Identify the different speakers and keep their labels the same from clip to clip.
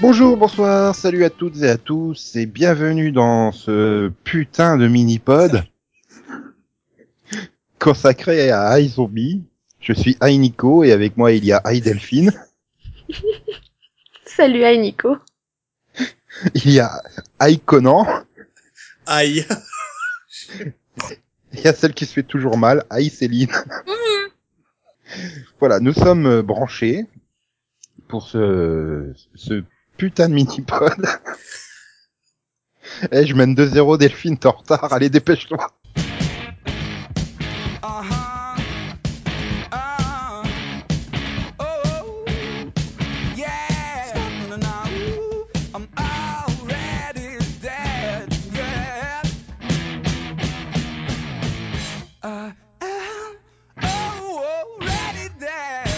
Speaker 1: Bonjour, bonsoir, salut à toutes et à tous et bienvenue dans ce putain de mini-pod consacré à iZombie. Je suis Aïnico et avec moi il y a Delphine.
Speaker 2: Salut à Nico.
Speaker 1: il y a Conan,
Speaker 3: Aïe.
Speaker 1: il y a celle qui se fait toujours mal, Aïe Céline. voilà, nous sommes euh, branchés pour ce, ce putain de mini-pod. Eh, je mène 2-0 Delphine, t'es en retard, allez dépêche-toi.
Speaker 4: Uh-huh. Uh-huh. Oh, yeah. Stopping now. I'm already dead. Yeah. I am Uh, uh-huh. Oh, already dead.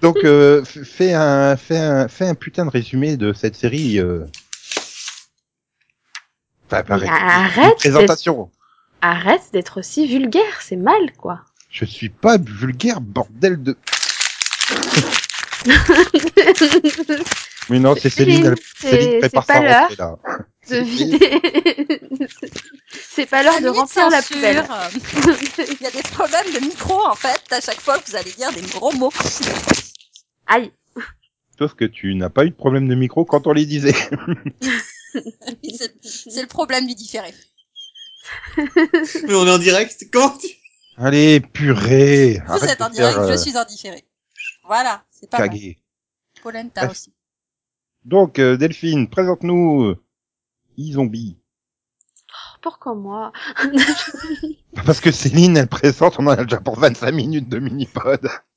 Speaker 1: Donc euh, f- fais un fais un fais un putain de résumé de cette série. Euh... Enfin, pareil.
Speaker 2: Mais arrête,
Speaker 1: présentation.
Speaker 2: Arrête d'être aussi vulgaire, c'est mal quoi.
Speaker 1: Je suis pas vulgaire, bordel de.
Speaker 2: de
Speaker 1: Mais non, c'est Céline. Elle...
Speaker 2: C'est-
Speaker 1: Céline
Speaker 2: c'est
Speaker 1: prépare
Speaker 2: pas
Speaker 1: sa
Speaker 2: l'heure.
Speaker 1: rentrée, là.
Speaker 2: vider. c'est pas l'heure de
Speaker 5: Amis,
Speaker 2: remplir la
Speaker 5: censure.
Speaker 2: poubelle.
Speaker 5: Il y a des problèmes de micro en fait. À chaque fois, vous allez dire des gros mots.
Speaker 2: Aïe.
Speaker 1: Sauf que tu n'as pas eu de problème de micro quand on les disait.
Speaker 5: C'est c'est le problème du différé.
Speaker 3: Mais on est en direct. Comment tu...
Speaker 1: Allez, purée.
Speaker 5: Vous
Speaker 1: Arrête
Speaker 5: êtes
Speaker 1: de
Speaker 5: en direct,
Speaker 1: faire, euh,
Speaker 5: je suis en différé. Voilà, c'est pas mal.
Speaker 1: caguer.
Speaker 5: Polenta
Speaker 1: Bref.
Speaker 5: aussi.
Speaker 1: Donc euh, Delphine, présente-nous euh, Izombie.
Speaker 2: Pourquoi moi
Speaker 1: Bah, Parce que Céline, elle présente, on en a déjà pour 25 minutes de mini-pod.
Speaker 2: euh,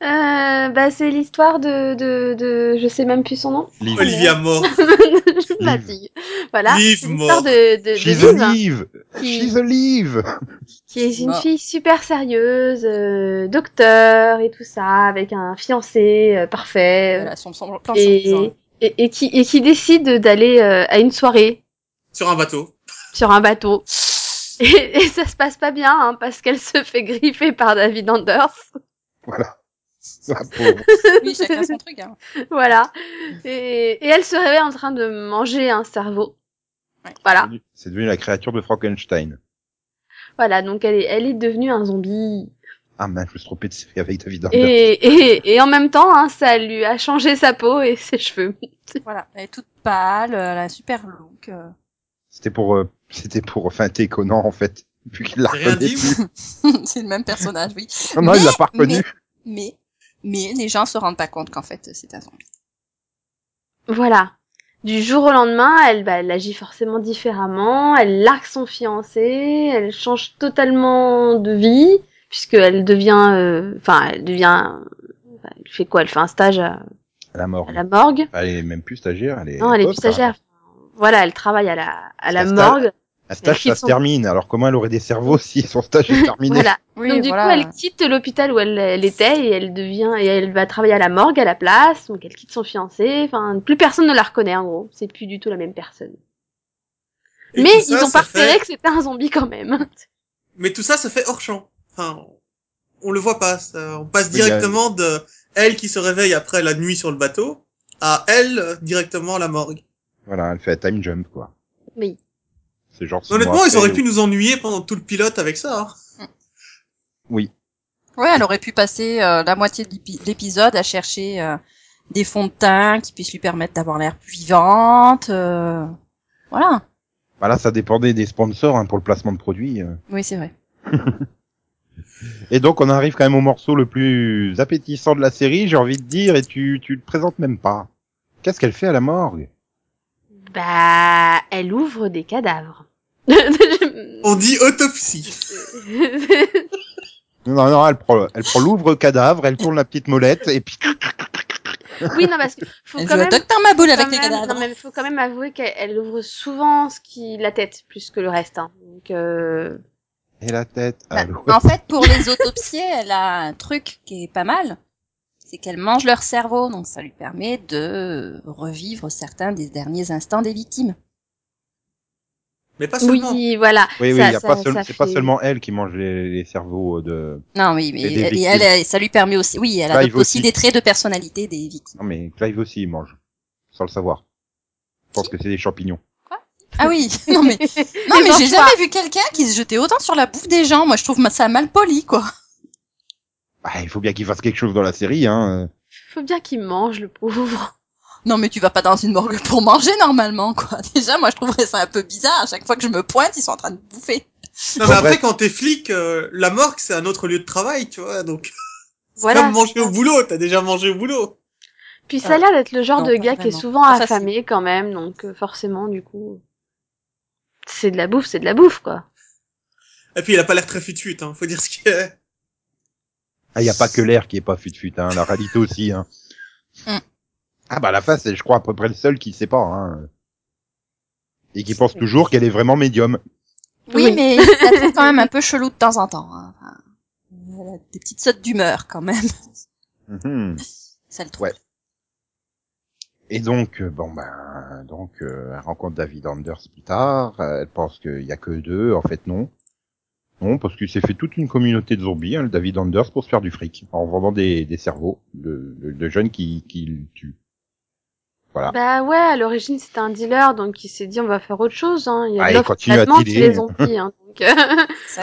Speaker 2: Bah c'est l'histoire de, de de je sais même plus son nom.
Speaker 1: Liv.
Speaker 3: Olivia mort.
Speaker 2: Je me fatigue. Voilà.
Speaker 3: Liv
Speaker 2: C'est l'histoire
Speaker 3: mort.
Speaker 2: de de, de
Speaker 1: She's
Speaker 2: Liv,
Speaker 1: a Liv.
Speaker 2: qui
Speaker 1: She's a Liv.
Speaker 2: qui est une
Speaker 5: Bah.
Speaker 2: fille super sérieuse, euh, docteur et tout ça, avec un fiancé euh, parfait.
Speaker 5: Voilà, son plan plan
Speaker 2: et,
Speaker 5: champion.
Speaker 2: et, et qui, et qui décide d'aller euh, à une soirée
Speaker 3: Sur un bateau.
Speaker 2: sur un bateau. Et, et ça se passe pas bien hein, parce qu'elle se fait griffer par David Anders.
Speaker 1: Voilà.
Speaker 3: Ah,
Speaker 1: La pauvre.
Speaker 5: Oui, chacun son truc. Hein.
Speaker 2: voilà. Et, et elle se réveille en train de manger un cerveau.
Speaker 5: Ouais.
Speaker 2: Voilà.
Speaker 1: C'est devenu la créature de Frankenstein.
Speaker 2: Voilà. Donc elle est, elle est devenue un zombie.
Speaker 1: Ah mince, je me suis trompé de série avec David Arnold.
Speaker 2: Et, et, et en même temps, hein, ça lui a changé sa peau et ses cheveux.
Speaker 5: Voilà, elle est toute pâle, elle a un super look. euh.
Speaker 1: C'était pour, euh, c'était pour feinter Conan en fait, vu qu'il l'a
Speaker 3: J'ai rien
Speaker 1: reconnu.
Speaker 3: dit, moi.
Speaker 5: c'est le même personnage, oui.
Speaker 1: Non, non, il l'a pas reconnu.
Speaker 5: Mais, mais les gens se rendent pas compte qu'en fait, c'est un zombie.
Speaker 2: Voilà. Du jour au lendemain, elle, bah, elle agit forcément différemment, elle largue son fiancé, elle change totalement de vie, puisqu'elle devient... euh, Enfin, elle devient... enfin, Elle fait quoi Elle fait un stage à,
Speaker 1: Elle a mort.
Speaker 2: à la morgue
Speaker 1: Elle est même plus stagiaire. Elle est, hein.
Speaker 2: Non, elle est
Speaker 1: hop,
Speaker 2: plus stagiaire. Voilà, elle travaille à la, à la
Speaker 1: Elle sta-
Speaker 2: morgue.
Speaker 1: Un stage,
Speaker 2: Elle quitte
Speaker 1: ça se
Speaker 2: son-
Speaker 1: termine. Alors comment elle aurait des cerveaux si son stage est terminé
Speaker 2: Voilà. donc du coup, elle quitte l'hôpital où elle, elle était et elle devient et elle va travailler à la morgue à la place. Donc elle quitte son fiancé. Enfin, plus personne ne la reconnaît en gros. C'est plus du tout la même personne.
Speaker 3: Et
Speaker 2: Mais
Speaker 3: tout ça,
Speaker 2: ils ont
Speaker 3: ça
Speaker 2: pas repéré
Speaker 3: fait-
Speaker 2: que c'était un zombie quand même.
Speaker 3: Mais tout ça se fait hors champ. Enfin, on le voit pas. ça. On passe
Speaker 1: Oui, il y a-
Speaker 3: directement de elle qui se réveille après la nuit sur le bateau à elle euh, directement à la morgue.
Speaker 1: Voilà, elle fait un time jump quoi.
Speaker 2: Oui.
Speaker 1: C'est genre. six
Speaker 3: Honnêtement,
Speaker 1: mois
Speaker 3: ils auraient
Speaker 1: après,
Speaker 3: pu nous ennuyer pendant tout le pilote avec ça. hein.
Speaker 5: Ouais, elle aurait pu passer euh, la moitié de l'épi- l'épisode à chercher euh, des fonds de teint qui puissent lui permettre d'avoir l'air plus vivante. euh, Voilà.
Speaker 1: ou- Voilà, ça dépendait des sponsors hein, pour le placement de produits. euh.
Speaker 5: Oui, c'est vrai.
Speaker 1: Et donc on arrive quand même au morceau le plus appétissant de la série, j'ai envie de dire, et tu tu le présentes même pas. Qu'est-ce qu'elle fait à la morgue
Speaker 2: Bah, elle ouvre des cadavres.
Speaker 3: On dit autopsie.
Speaker 2: oui,
Speaker 1: Non, non, non, elle prend, elle prend l'ouvre-cadavre, elle tourne la petite molette, et puis
Speaker 2: non, parce que faut
Speaker 5: Elle
Speaker 2: quand
Speaker 5: joue
Speaker 2: même.
Speaker 5: à Docteur Maboule
Speaker 2: quand
Speaker 5: avec les
Speaker 2: même-
Speaker 5: cadavres.
Speaker 2: non, mais faut quand même avouer qu'elle elle ouvre souvent ce qui la tête plus que le reste. hein. Donc, euh,
Speaker 1: et la tête.
Speaker 5: Bah,
Speaker 1: à l'eau.
Speaker 5: en fait, pour les autopsier, elle a un truc qui est pas mal. C'est qu'elle mange leur cerveau, donc ça lui permet de revivre certains des derniers instants des victimes.
Speaker 3: Mais pas seulement.
Speaker 2: Oui, voilà.
Speaker 1: Oui, oui,
Speaker 2: Ça-
Speaker 1: y a
Speaker 2: ça-
Speaker 1: pas seul-
Speaker 2: ça
Speaker 1: c'est pas
Speaker 2: fait-
Speaker 1: seulement elle qui mange les, les cerveaux de.
Speaker 5: Non, oui, mais
Speaker 1: Et des
Speaker 5: et
Speaker 1: victimes.
Speaker 5: elle, elle, ça lui permet aussi, oui, elle
Speaker 1: Clive
Speaker 5: adopte aussi,
Speaker 1: aussi.
Speaker 5: des traits de personnalité des victimes.
Speaker 1: Non mais Clive aussi il mange, sans le savoir. Je pense que c'est des champignons.
Speaker 5: Ah oui, non mais, non,
Speaker 2: Il
Speaker 5: mais
Speaker 2: mange
Speaker 5: j'ai
Speaker 2: pas.
Speaker 5: jamais vu quelqu'un qui se jetait autant sur la bouffe des gens. Moi, je trouve ça mal poli, quoi.
Speaker 1: Bah, il faut bien qu'il fasse quelque chose dans la série, hein.
Speaker 2: Faut bien qu'il mange, le pauvre.
Speaker 5: Non, mais tu vas pas dans une morgue pour manger normalement, quoi. Déjà, moi, je trouverais ça un peu bizarre. À chaque fois que je me pointe, ils sont en train de bouffer.
Speaker 3: Non,
Speaker 1: Bon,
Speaker 3: mais après,
Speaker 1: bref.
Speaker 3: quand t'es flic, euh, la morgue, c'est un autre lieu de travail, tu vois. Donc,
Speaker 2: Voilà.
Speaker 3: comme manger au boulot, t'as déjà mangé au boulot.
Speaker 2: Puis ça a l'air d'être le genre
Speaker 5: non,
Speaker 2: de
Speaker 5: pas
Speaker 2: gars qui est
Speaker 5: vraiment.
Speaker 2: souvent
Speaker 5: Pas facile.
Speaker 2: affamé quand même, donc euh, forcément, du coup. C'est de la bouffe, c'est de la bouffe, quoi.
Speaker 3: Et puis, il a pas l'air très futuite, hein. Faut dire ce qu'il est.
Speaker 1: Ah, il y a pas que l'air qui est pas fut fut, hein. La réalité aussi, hein.
Speaker 5: Hmm.
Speaker 1: Ah bah la face, c'est, je crois à peu près le seul qui sait pas, hein. Et qui pense toujours qu'elle est vraiment médium.
Speaker 5: Oui,
Speaker 2: Oui.
Speaker 5: mais il la trouve quand même un peu chelou de temps en temps. hein. Enfin, elle a des petites sautes d'humeur, quand même.
Speaker 1: Mhm.
Speaker 5: Ça le trouve.
Speaker 1: Ouais. Et donc, euh, bon ben, donc euh, elle rencontre David Anders plus tard. euh, elle pense qu'il y a que deux, en fait non, non parce qu'il s'est fait toute une communauté de zombies, hein, le David Anders, pour se faire du fric en vendant des, des cerveaux de, de, de jeunes qui, qui le tuent. Voilà.
Speaker 2: Bah ouais, à l'origine c'était un dealer, donc il s'est dit on va faire autre chose. Hein. Il y a
Speaker 1: Ah, il
Speaker 2: de l'offre
Speaker 1: continue à
Speaker 2: traitement qui
Speaker 1: dealer.
Speaker 2: les ont pris. Hein, donc, euh,
Speaker 5: Ça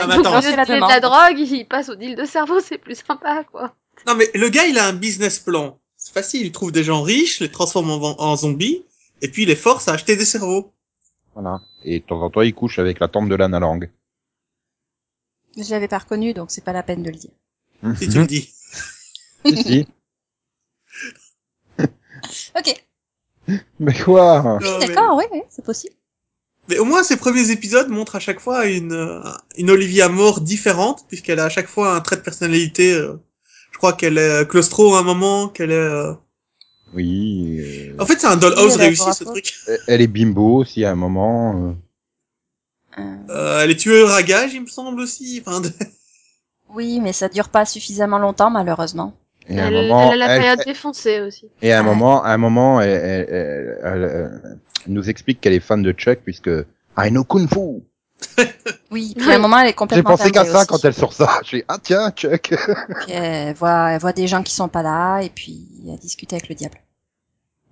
Speaker 3: Ah,
Speaker 5: il
Speaker 3: mais
Speaker 5: faut
Speaker 3: attends.
Speaker 2: au lieu
Speaker 5: lancer la
Speaker 2: de dealer de la
Speaker 5: demande.
Speaker 2: drogue, il passe au deal de cerveau, c'est plus sympa, quoi.
Speaker 3: Non, mais le gars, il a un business plan. C'est facile. Il trouve des gens riches, les transforme en, en zombies, et puis il les force à acheter des cerveaux.
Speaker 1: Voilà. Et de temps en temps, il couche avec la tempe de l'âne à langue.
Speaker 5: Je l'avais pas reconnu, donc c'est pas la peine de le dire.
Speaker 3: Si tu me dis.
Speaker 1: Si, si.
Speaker 5: Ok.
Speaker 1: Mais quoi
Speaker 5: Oui,
Speaker 3: Non, mais-
Speaker 5: d'accord, oui, oui, c'est possible.
Speaker 3: Mais au moins, ces premiers épisodes montrent à chaque fois une, euh, une Olivia Moore différente, puisqu'elle a à chaque fois un trait de personnalité. euh, Je crois qu'elle est euh, claustro à un moment, qu'elle est... euh,
Speaker 1: Oui. euh,
Speaker 3: En fait, c'est un dollhouse
Speaker 5: Oui, elle a
Speaker 3: réussi,
Speaker 5: un
Speaker 3: ce
Speaker 5: rapport.
Speaker 3: truc.
Speaker 1: Elle est bimbo aussi à un moment. euh.
Speaker 5: Euh,
Speaker 3: Euh, elle est tueur à gage, il me semble, aussi. Enfin, de-
Speaker 5: oui, mais ça dure pas suffisamment longtemps, malheureusement.
Speaker 1: Et à un
Speaker 2: Elle,
Speaker 1: moment,
Speaker 2: elle a la
Speaker 1: elle-
Speaker 2: période défoncée aussi.
Speaker 1: Et à un
Speaker 5: Ouais.
Speaker 1: moment, à un moment, elle, elle- elle- elle, euh, nous explique qu'elle est fan de Chuck puisque I know Kung Fu.
Speaker 5: Oui, puis à un moment, elle est
Speaker 1: J'ai
Speaker 5: complètement
Speaker 1: pensé qu'à
Speaker 5: timbrée
Speaker 1: ça
Speaker 5: aussi.
Speaker 1: quand elle sort ça. J'ai ah tiens Chuck.
Speaker 5: Puis euh, elle voit, elle voit des gens qui sont pas là, et puis elle discute avec le diable.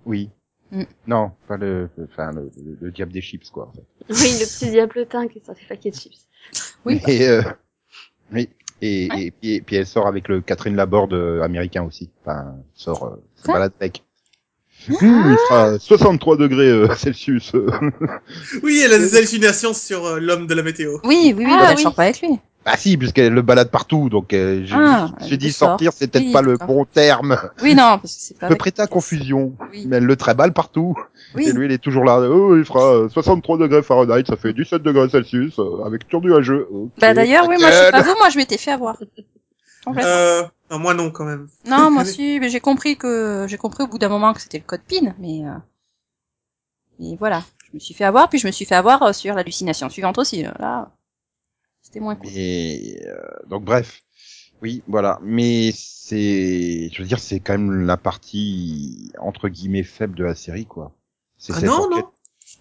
Speaker 1: Oui.
Speaker 5: Mm.
Speaker 1: Non, pas le, le- enfin le, le- le diable des chips quoi. en fait.
Speaker 2: Oui, le petit diabletin qui sort des paquets de chips.
Speaker 5: Oui,
Speaker 1: Et euh, oui. Et,
Speaker 5: Ouais.
Speaker 1: et, puis- et puis elle sort avec le Catherine Laborde euh, américain aussi. Enfin, sort euh, se
Speaker 5: Quoi
Speaker 1: balade avec. Hum, il sera 63 degrés euh, Celsius. euh.
Speaker 3: Oui, elle a des hallucinations sur euh, l'homme de la météo.
Speaker 5: Oui, oui, oui,
Speaker 2: Ah,
Speaker 5: bah, elle
Speaker 2: oui.
Speaker 5: sort pas avec lui.
Speaker 1: bah si, puisqu'elle le balade partout, donc euh, j'ai
Speaker 5: Ah,
Speaker 1: j'ai
Speaker 5: elle
Speaker 1: dit
Speaker 5: le sort.
Speaker 1: sortir, c'est peut-être
Speaker 5: Oui,
Speaker 1: pas le
Speaker 5: d'accord.
Speaker 1: bon terme.
Speaker 5: Oui, non, parce que c'est pas
Speaker 1: peut
Speaker 5: avec
Speaker 1: prêter à confusion.
Speaker 5: Oui.
Speaker 1: Mais elle le trimballe partout.
Speaker 5: Oui,
Speaker 1: Et lui, il est toujours là. Oh, il fera euh, 63 degrés Fahrenheit, ça fait 17 degrés Celsius, euh, avec tour du jeu.
Speaker 5: bah d'ailleurs, oui, moi je suis pas vous, moi je m'étais fait avoir. Complètement.
Speaker 3: Euh... Non, moi non, quand même.
Speaker 5: Non, moi si, mais j'ai compris que j'ai compris au bout d'un moment que c'était le code PIN, mais euh, mais voilà, je me suis fait avoir, puis je me suis fait avoir euh, sur l'hallucination suivante aussi. Là, Là, c'était moins cool.
Speaker 1: Et euh, donc bref, oui, voilà. Mais c'est, je veux dire, c'est quand même la partie entre guillemets faible de la série, quoi. C'est
Speaker 3: Ah
Speaker 1: cette
Speaker 3: non,
Speaker 1: enquête.
Speaker 3: non.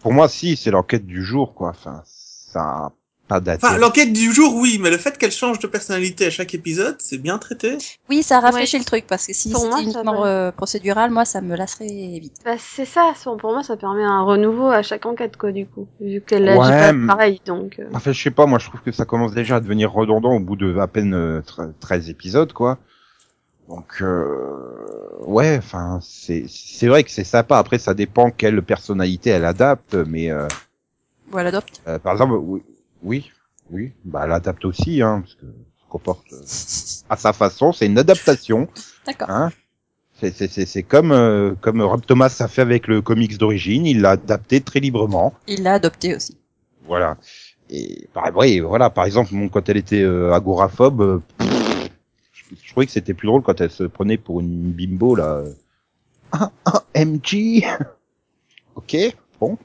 Speaker 1: Pour moi, si, c'est l'enquête du jour, quoi. Enfin, ça a pas
Speaker 3: Enfin,
Speaker 1: d'intérêt.
Speaker 3: l'enquête du jour, oui, mais le fait qu'elle change de personnalité à chaque épisode, c'est bien traité. Ah,
Speaker 5: Oui, ça rafraîchit le truc parce que si
Speaker 2: Pour moi,
Speaker 5: c'était
Speaker 2: ça
Speaker 5: uniquement
Speaker 2: va.
Speaker 5: euh, procédural, moi ça me lasserait vite.
Speaker 2: Bah, c'est ça, ça, pour moi ça permet un renouveau à chaque enquête, quoi, du coup. Vu qu'elle a
Speaker 1: Ouais,
Speaker 2: dit pas
Speaker 1: mais-
Speaker 2: pareil, donc. euh,
Speaker 1: Enfin, je sais pas, moi je trouve que ça commence déjà à devenir redondant au bout de à peine euh, tre- 13 épisodes, quoi. Donc, euh, ouais, enfin, c'est c'est vrai que c'est sympa. Après, ça dépend quelle personnalité elle adapte, mais euh,
Speaker 5: Ou elle adopte.
Speaker 1: euh, par exemple, oui, oui, oui, bah elle adapte aussi, hein, parce que se comporte euh, à sa façon. C'est une adaptation,
Speaker 5: D'accord.
Speaker 1: hein. C'est c'est c'est c'est comme euh, comme Rob Thomas a fait avec le comics d'origine, il l'a adapté très librement.
Speaker 5: Il l'a adopté aussi.
Speaker 1: Voilà. Et par, ouais, voilà, par exemple, mon, quand elle était euh, agoraphobe, euh, pff, je, je trouvais que c'était plus drôle quand elle se prenait pour une bimbo là. Ah, ah, MG. ok, bon,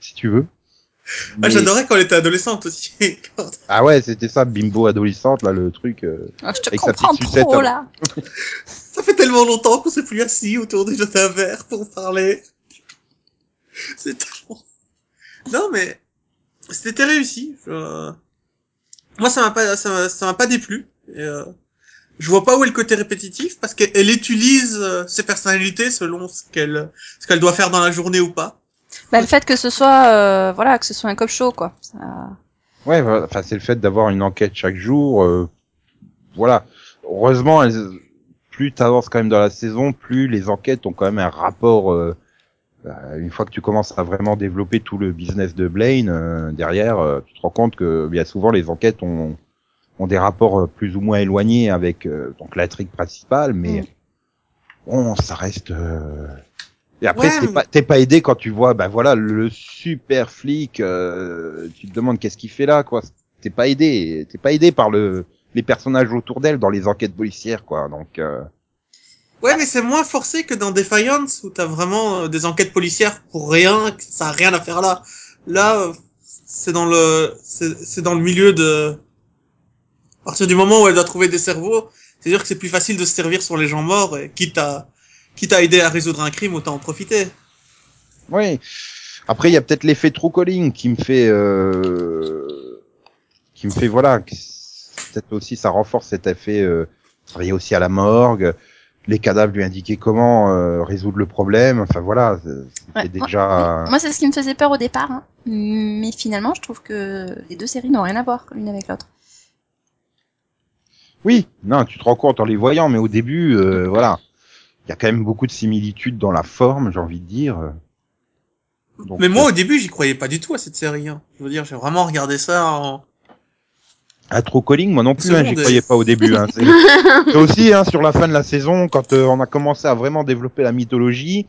Speaker 1: si tu veux.
Speaker 3: Ah,
Speaker 1: Mais-
Speaker 3: j'adorais quand elle était adolescente aussi. Quand-
Speaker 1: ah ouais, c'était ça, bimbo adolescente là, le truc. euh.
Speaker 5: Ah, je te
Speaker 1: Avec sa
Speaker 5: comprends
Speaker 1: petite sucette hein.
Speaker 5: trop
Speaker 1: avant.
Speaker 5: là.
Speaker 3: Ça fait tellement longtemps qu'on s'est plus assis autour du- d'un verre pour parler. C'est tellement... Non, mais... c'était réussi. Je- Moi, ça m'a pas, ça m'a- ça m'a pas déplu. Et, euh, je vois pas où est le côté répétitif parce qu'elle utilise euh, ses personnalités selon ce qu'elle, ce qu'elle doit faire dans la journée ou pas.
Speaker 5: Bah, le fait que ce soit, euh, voilà, que ce soit un cop show, quoi. Ça-
Speaker 1: Ouais, voilà. enfin c'est le fait d'avoir une enquête chaque jour. euh, voilà. Heureusement, elles- plus t'avances quand même dans la saison, plus les enquêtes ont quand même un rapport. euh, euh, une fois que tu commences à vraiment développer tout le business de Blaine, euh, derrière, euh, tu te rends compte que bien souvent les enquêtes ont, ont des rapports euh, plus ou moins éloignés avec euh, donc l'intrigue principale, mais
Speaker 5: Mm.
Speaker 1: bon, ça reste. euh, Et après,
Speaker 3: Ouais,
Speaker 1: t'es
Speaker 3: mais-
Speaker 1: pas t'es pas aidé quand tu vois, bah voilà, le super flic. euh, tu te demandes qu'est-ce qu'il fait là, quoi. T'es pas aidé, t'es pas aidé par le les personnages autour d'elle dans les enquêtes policières, quoi. Donc euh,
Speaker 3: Ouais, mais c'est moins forcé que dans Defiance où t'as vraiment euh, des enquêtes policières pour rien, que ça a rien à faire là. Là, euh, c'est dans le, c'est c'est dans le milieu de, à partir du moment où elle doit trouver des cerveaux, c'est-à-dire que c'est plus facile de se servir sur les gens morts, et quitte à, quitte à aider à résoudre un crime, autant en profiter.
Speaker 1: oui. Après, il y a peut-être l'effet true calling qui me fait euh, qui me fait voilà. que c'est- Peut-être aussi ça renforce cet effet euh, travailler aussi à la morgue, les cadavres lui indiquer comment euh, résoudre le problème. Enfin voilà, c'était
Speaker 5: Ouais, moi-
Speaker 1: déjà.
Speaker 5: Moi, c'est ce qui me faisait peur au départ, hein. mais finalement, je trouve que les deux séries n'ont rien à voir l'une avec l'autre.
Speaker 1: Oui, non, tu te rends compte en les voyant, mais au début, euh, voilà, il y a quand même beaucoup de similitudes dans la forme, j'ai envie de dire. Donc,
Speaker 3: mais
Speaker 1: euh,
Speaker 3: moi, au début, j'y croyais pas du tout à cette série, hein. Je veux dire, j'ai vraiment regardé ça en,
Speaker 1: à Ah, trop calling, moi non plus, hein, j'y
Speaker 3: Seconde.
Speaker 1: croyais pas au début. Hein, c'est c'est aussi hein, sur la fin de la saison, quand euh, on a commencé à vraiment développer la mythologie,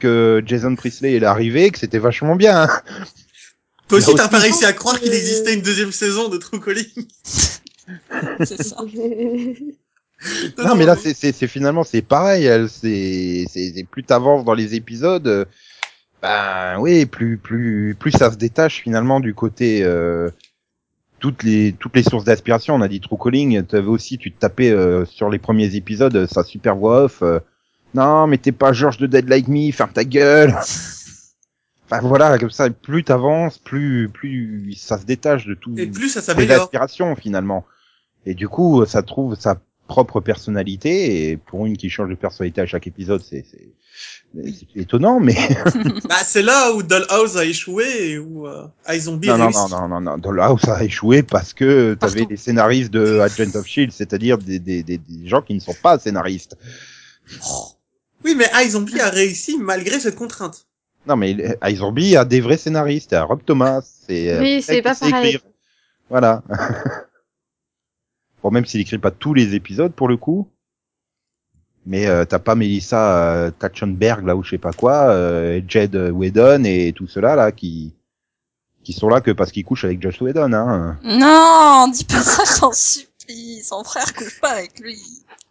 Speaker 1: que Jason Priestley est arrivé, que c'était vachement bien. hein. Là
Speaker 3: toi aussi, t'as
Speaker 1: aussi.
Speaker 3: pas réussi à croire qu'il
Speaker 2: Euh.
Speaker 3: existait une deuxième saison de True Calling.
Speaker 5: C'est ça.
Speaker 1: Non,
Speaker 3: hein.
Speaker 1: mais là, c'est- c'est c'est finalement c'est pareil. elle, C'est c'est- c'est plus t'avances dans les épisodes, euh, ben oui, plus plus plus ça se détache finalement du côté euh, toutes les toutes les sources d'inspiration. On a dit True Calling. T'avais aussi, tu te tapais euh, sur les premiers épisodes euh, sa super voix off. euh, non, mais t'es pas George de Dead Like Me. Ferme ta gueule. Enfin voilà, comme ça, plus t'avances, plus plus ça se détache de tout
Speaker 3: Et plus ça
Speaker 1: c'est
Speaker 3: s'améliore.
Speaker 1: l'aspiration finalement. Et du coup, ça trouve sa propre personnalité. Et pour une qui change de personnalité à chaque épisode, c'est c'est- c'est étonnant, mais
Speaker 3: Bah, c'est là où Dollhouse a échoué et où euh, iZombie
Speaker 1: non, non,
Speaker 3: réussit.
Speaker 1: non, non, non, non. Dans là où ça a échoué, parce que t'avais
Speaker 5: Partout.
Speaker 1: des scénaristes de Agent of Shield, c'est-à-dire des, des, des, des gens qui ne sont pas scénaristes.
Speaker 3: Oui, mais iZombie a réussi malgré cette contrainte.
Speaker 1: Non, mais euh, iZombie a des vrais scénaristes, à Rob Thomas. Et, euh,
Speaker 2: Oui, c'est
Speaker 1: qui
Speaker 2: pas
Speaker 1: sait
Speaker 2: pareil.
Speaker 1: écrire. Voilà. bon, même s'il écrit pas tous les épisodes pour le coup. Mais euh, t'as pas Melissa euh, Tachenberg là ou je sais pas quoi, euh, et Jed Whedon et tout cela là qui qui sont là que parce qu'ils couchent avec Josh Whedon. Hein.
Speaker 5: Non, dis pas ça, je t'en supplie. Son frère couche pas avec lui.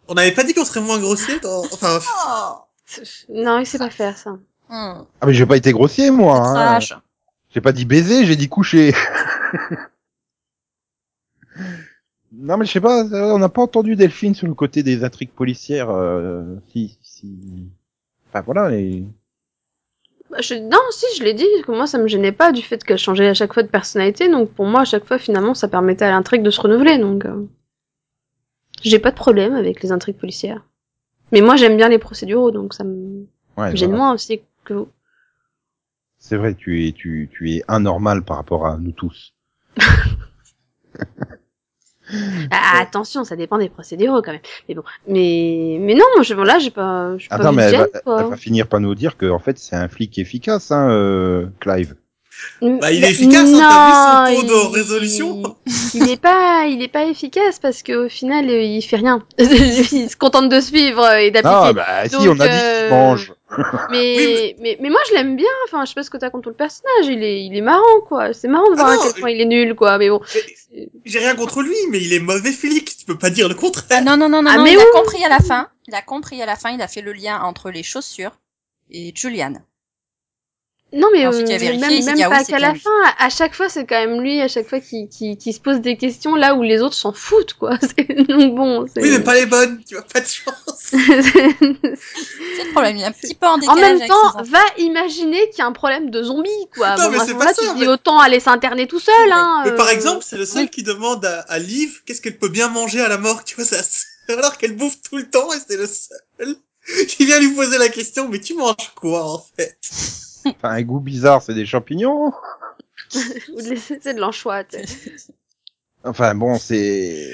Speaker 3: On n'avait pas dit qu'on serait moins grossier dans... Enfin,
Speaker 5: Oh.
Speaker 2: non, il sait pas faire ça.
Speaker 5: Hum,
Speaker 1: Ah mais j'ai pas été grossier moi.
Speaker 5: c'est
Speaker 1: Hein.
Speaker 5: trash.
Speaker 1: J'ai pas dit baiser, j'ai dit coucher. non mais je sais pas, euh, on n'a pas entendu Delphine sur le côté des intrigues policières. euh, si, si. Enfin voilà. les-
Speaker 2: Bah, je- Non, si, je l'ai dit, que moi ça me gênait pas du fait qu'elle changeait à chaque fois de personnalité, donc pour moi à chaque fois finalement ça permettait à l'intrigue de se renouveler, donc euh, j'ai pas de problème avec les intrigues policières. Mais moi j'aime bien les procéduraux, donc ça me
Speaker 1: Ouais,
Speaker 2: gêne
Speaker 1: voilà.
Speaker 2: moins aussi que vous.
Speaker 1: C'est vrai, tu es, tu, tu es anormal par rapport à nous tous. Hmm.
Speaker 2: Ah, attention, ça dépend des procéduraux quand même. Mais bon, mais mais non, moi je... bon, là j'ai pas, je suis
Speaker 1: Ah
Speaker 2: pas
Speaker 1: non,
Speaker 2: une
Speaker 1: mais elle va,
Speaker 2: gêne, quoi.
Speaker 1: elle va finir par nous dire que en fait c'est un flic efficace, hein, euh, Clive.
Speaker 3: Bah, il est efficace, hein, t'as vu
Speaker 2: Non,
Speaker 3: son taux de
Speaker 2: il-
Speaker 3: résolution
Speaker 2: Il est pas, il est pas efficace parce qu'au final, euh, il fait rien. il se contente de suivre euh, et
Speaker 1: Ah
Speaker 2: d'appliquer.
Speaker 1: bah si,
Speaker 2: Donc,
Speaker 1: on a dit qu'il
Speaker 2: euh,
Speaker 1: mange.
Speaker 2: mais,
Speaker 3: Ah Oui,
Speaker 2: mais... mais, moi, je l'aime bien. Enfin, je sais pas ce que t'as contre le personnage. Il est, il est marrant, quoi. C'est marrant de
Speaker 3: Ah
Speaker 2: voir à
Speaker 3: non,
Speaker 2: quel point il est nul, quoi. Mais bon.
Speaker 3: Mais J'ai rien contre lui, mais il est mauvais flic, tu peux pas dire le
Speaker 5: Ah,
Speaker 3: contraire.
Speaker 5: non, non, non, non,
Speaker 2: Ah,
Speaker 5: non,
Speaker 2: mais
Speaker 5: il
Speaker 2: oui.
Speaker 5: a compris à la fin. Il a compris à la fin, il a fait le lien entre les chaussures et Julianne.
Speaker 2: Non, mais
Speaker 5: Et ensuite, il a
Speaker 2: euh,
Speaker 5: vérifié, il
Speaker 2: même,
Speaker 5: s'est
Speaker 2: même
Speaker 5: dit, ah oui,
Speaker 2: pas
Speaker 5: c'est
Speaker 2: qu'à
Speaker 5: bien
Speaker 2: la
Speaker 5: lui.
Speaker 2: fin, à chaque fois, c'est quand même lui, à chaque fois, qui, qui, qui se pose des questions là où les autres s'en foutent, quoi. C'est- Donc bon, c'est...
Speaker 3: Oui, mais pas les bonnes, tu as pas de chance.
Speaker 5: Euh,
Speaker 2: C'est-
Speaker 5: C'est le problème, il est un petit peu en
Speaker 2: en
Speaker 5: décalage
Speaker 2: même
Speaker 5: avec ses
Speaker 2: temps,
Speaker 5: enfants.
Speaker 2: va imaginer qu'il y a un problème de zombie, quoi.
Speaker 3: Non, mais
Speaker 2: à
Speaker 3: c'est
Speaker 2: ce
Speaker 3: pas
Speaker 2: moment-là,
Speaker 3: ça,
Speaker 2: tu te
Speaker 3: mais-
Speaker 2: dis autant aller s'interner tout seul,
Speaker 5: Ouais.
Speaker 2: hein.
Speaker 3: Mais par
Speaker 2: euh.
Speaker 3: exemple, c'est le seul
Speaker 5: oui.
Speaker 3: qui demande à, à Liv qu'est-ce qu'elle peut bien manger à la mort, tu vois, ça, alors qu'elle bouffe tout le temps et c'est le seul qui vient lui poser la question, mais tu manges quoi en fait
Speaker 1: Enfin, un goût bizarre, c'est des champignons.
Speaker 2: Ou de laisser c'est de l'anchois, tu sais.
Speaker 1: Enfin bon, c'est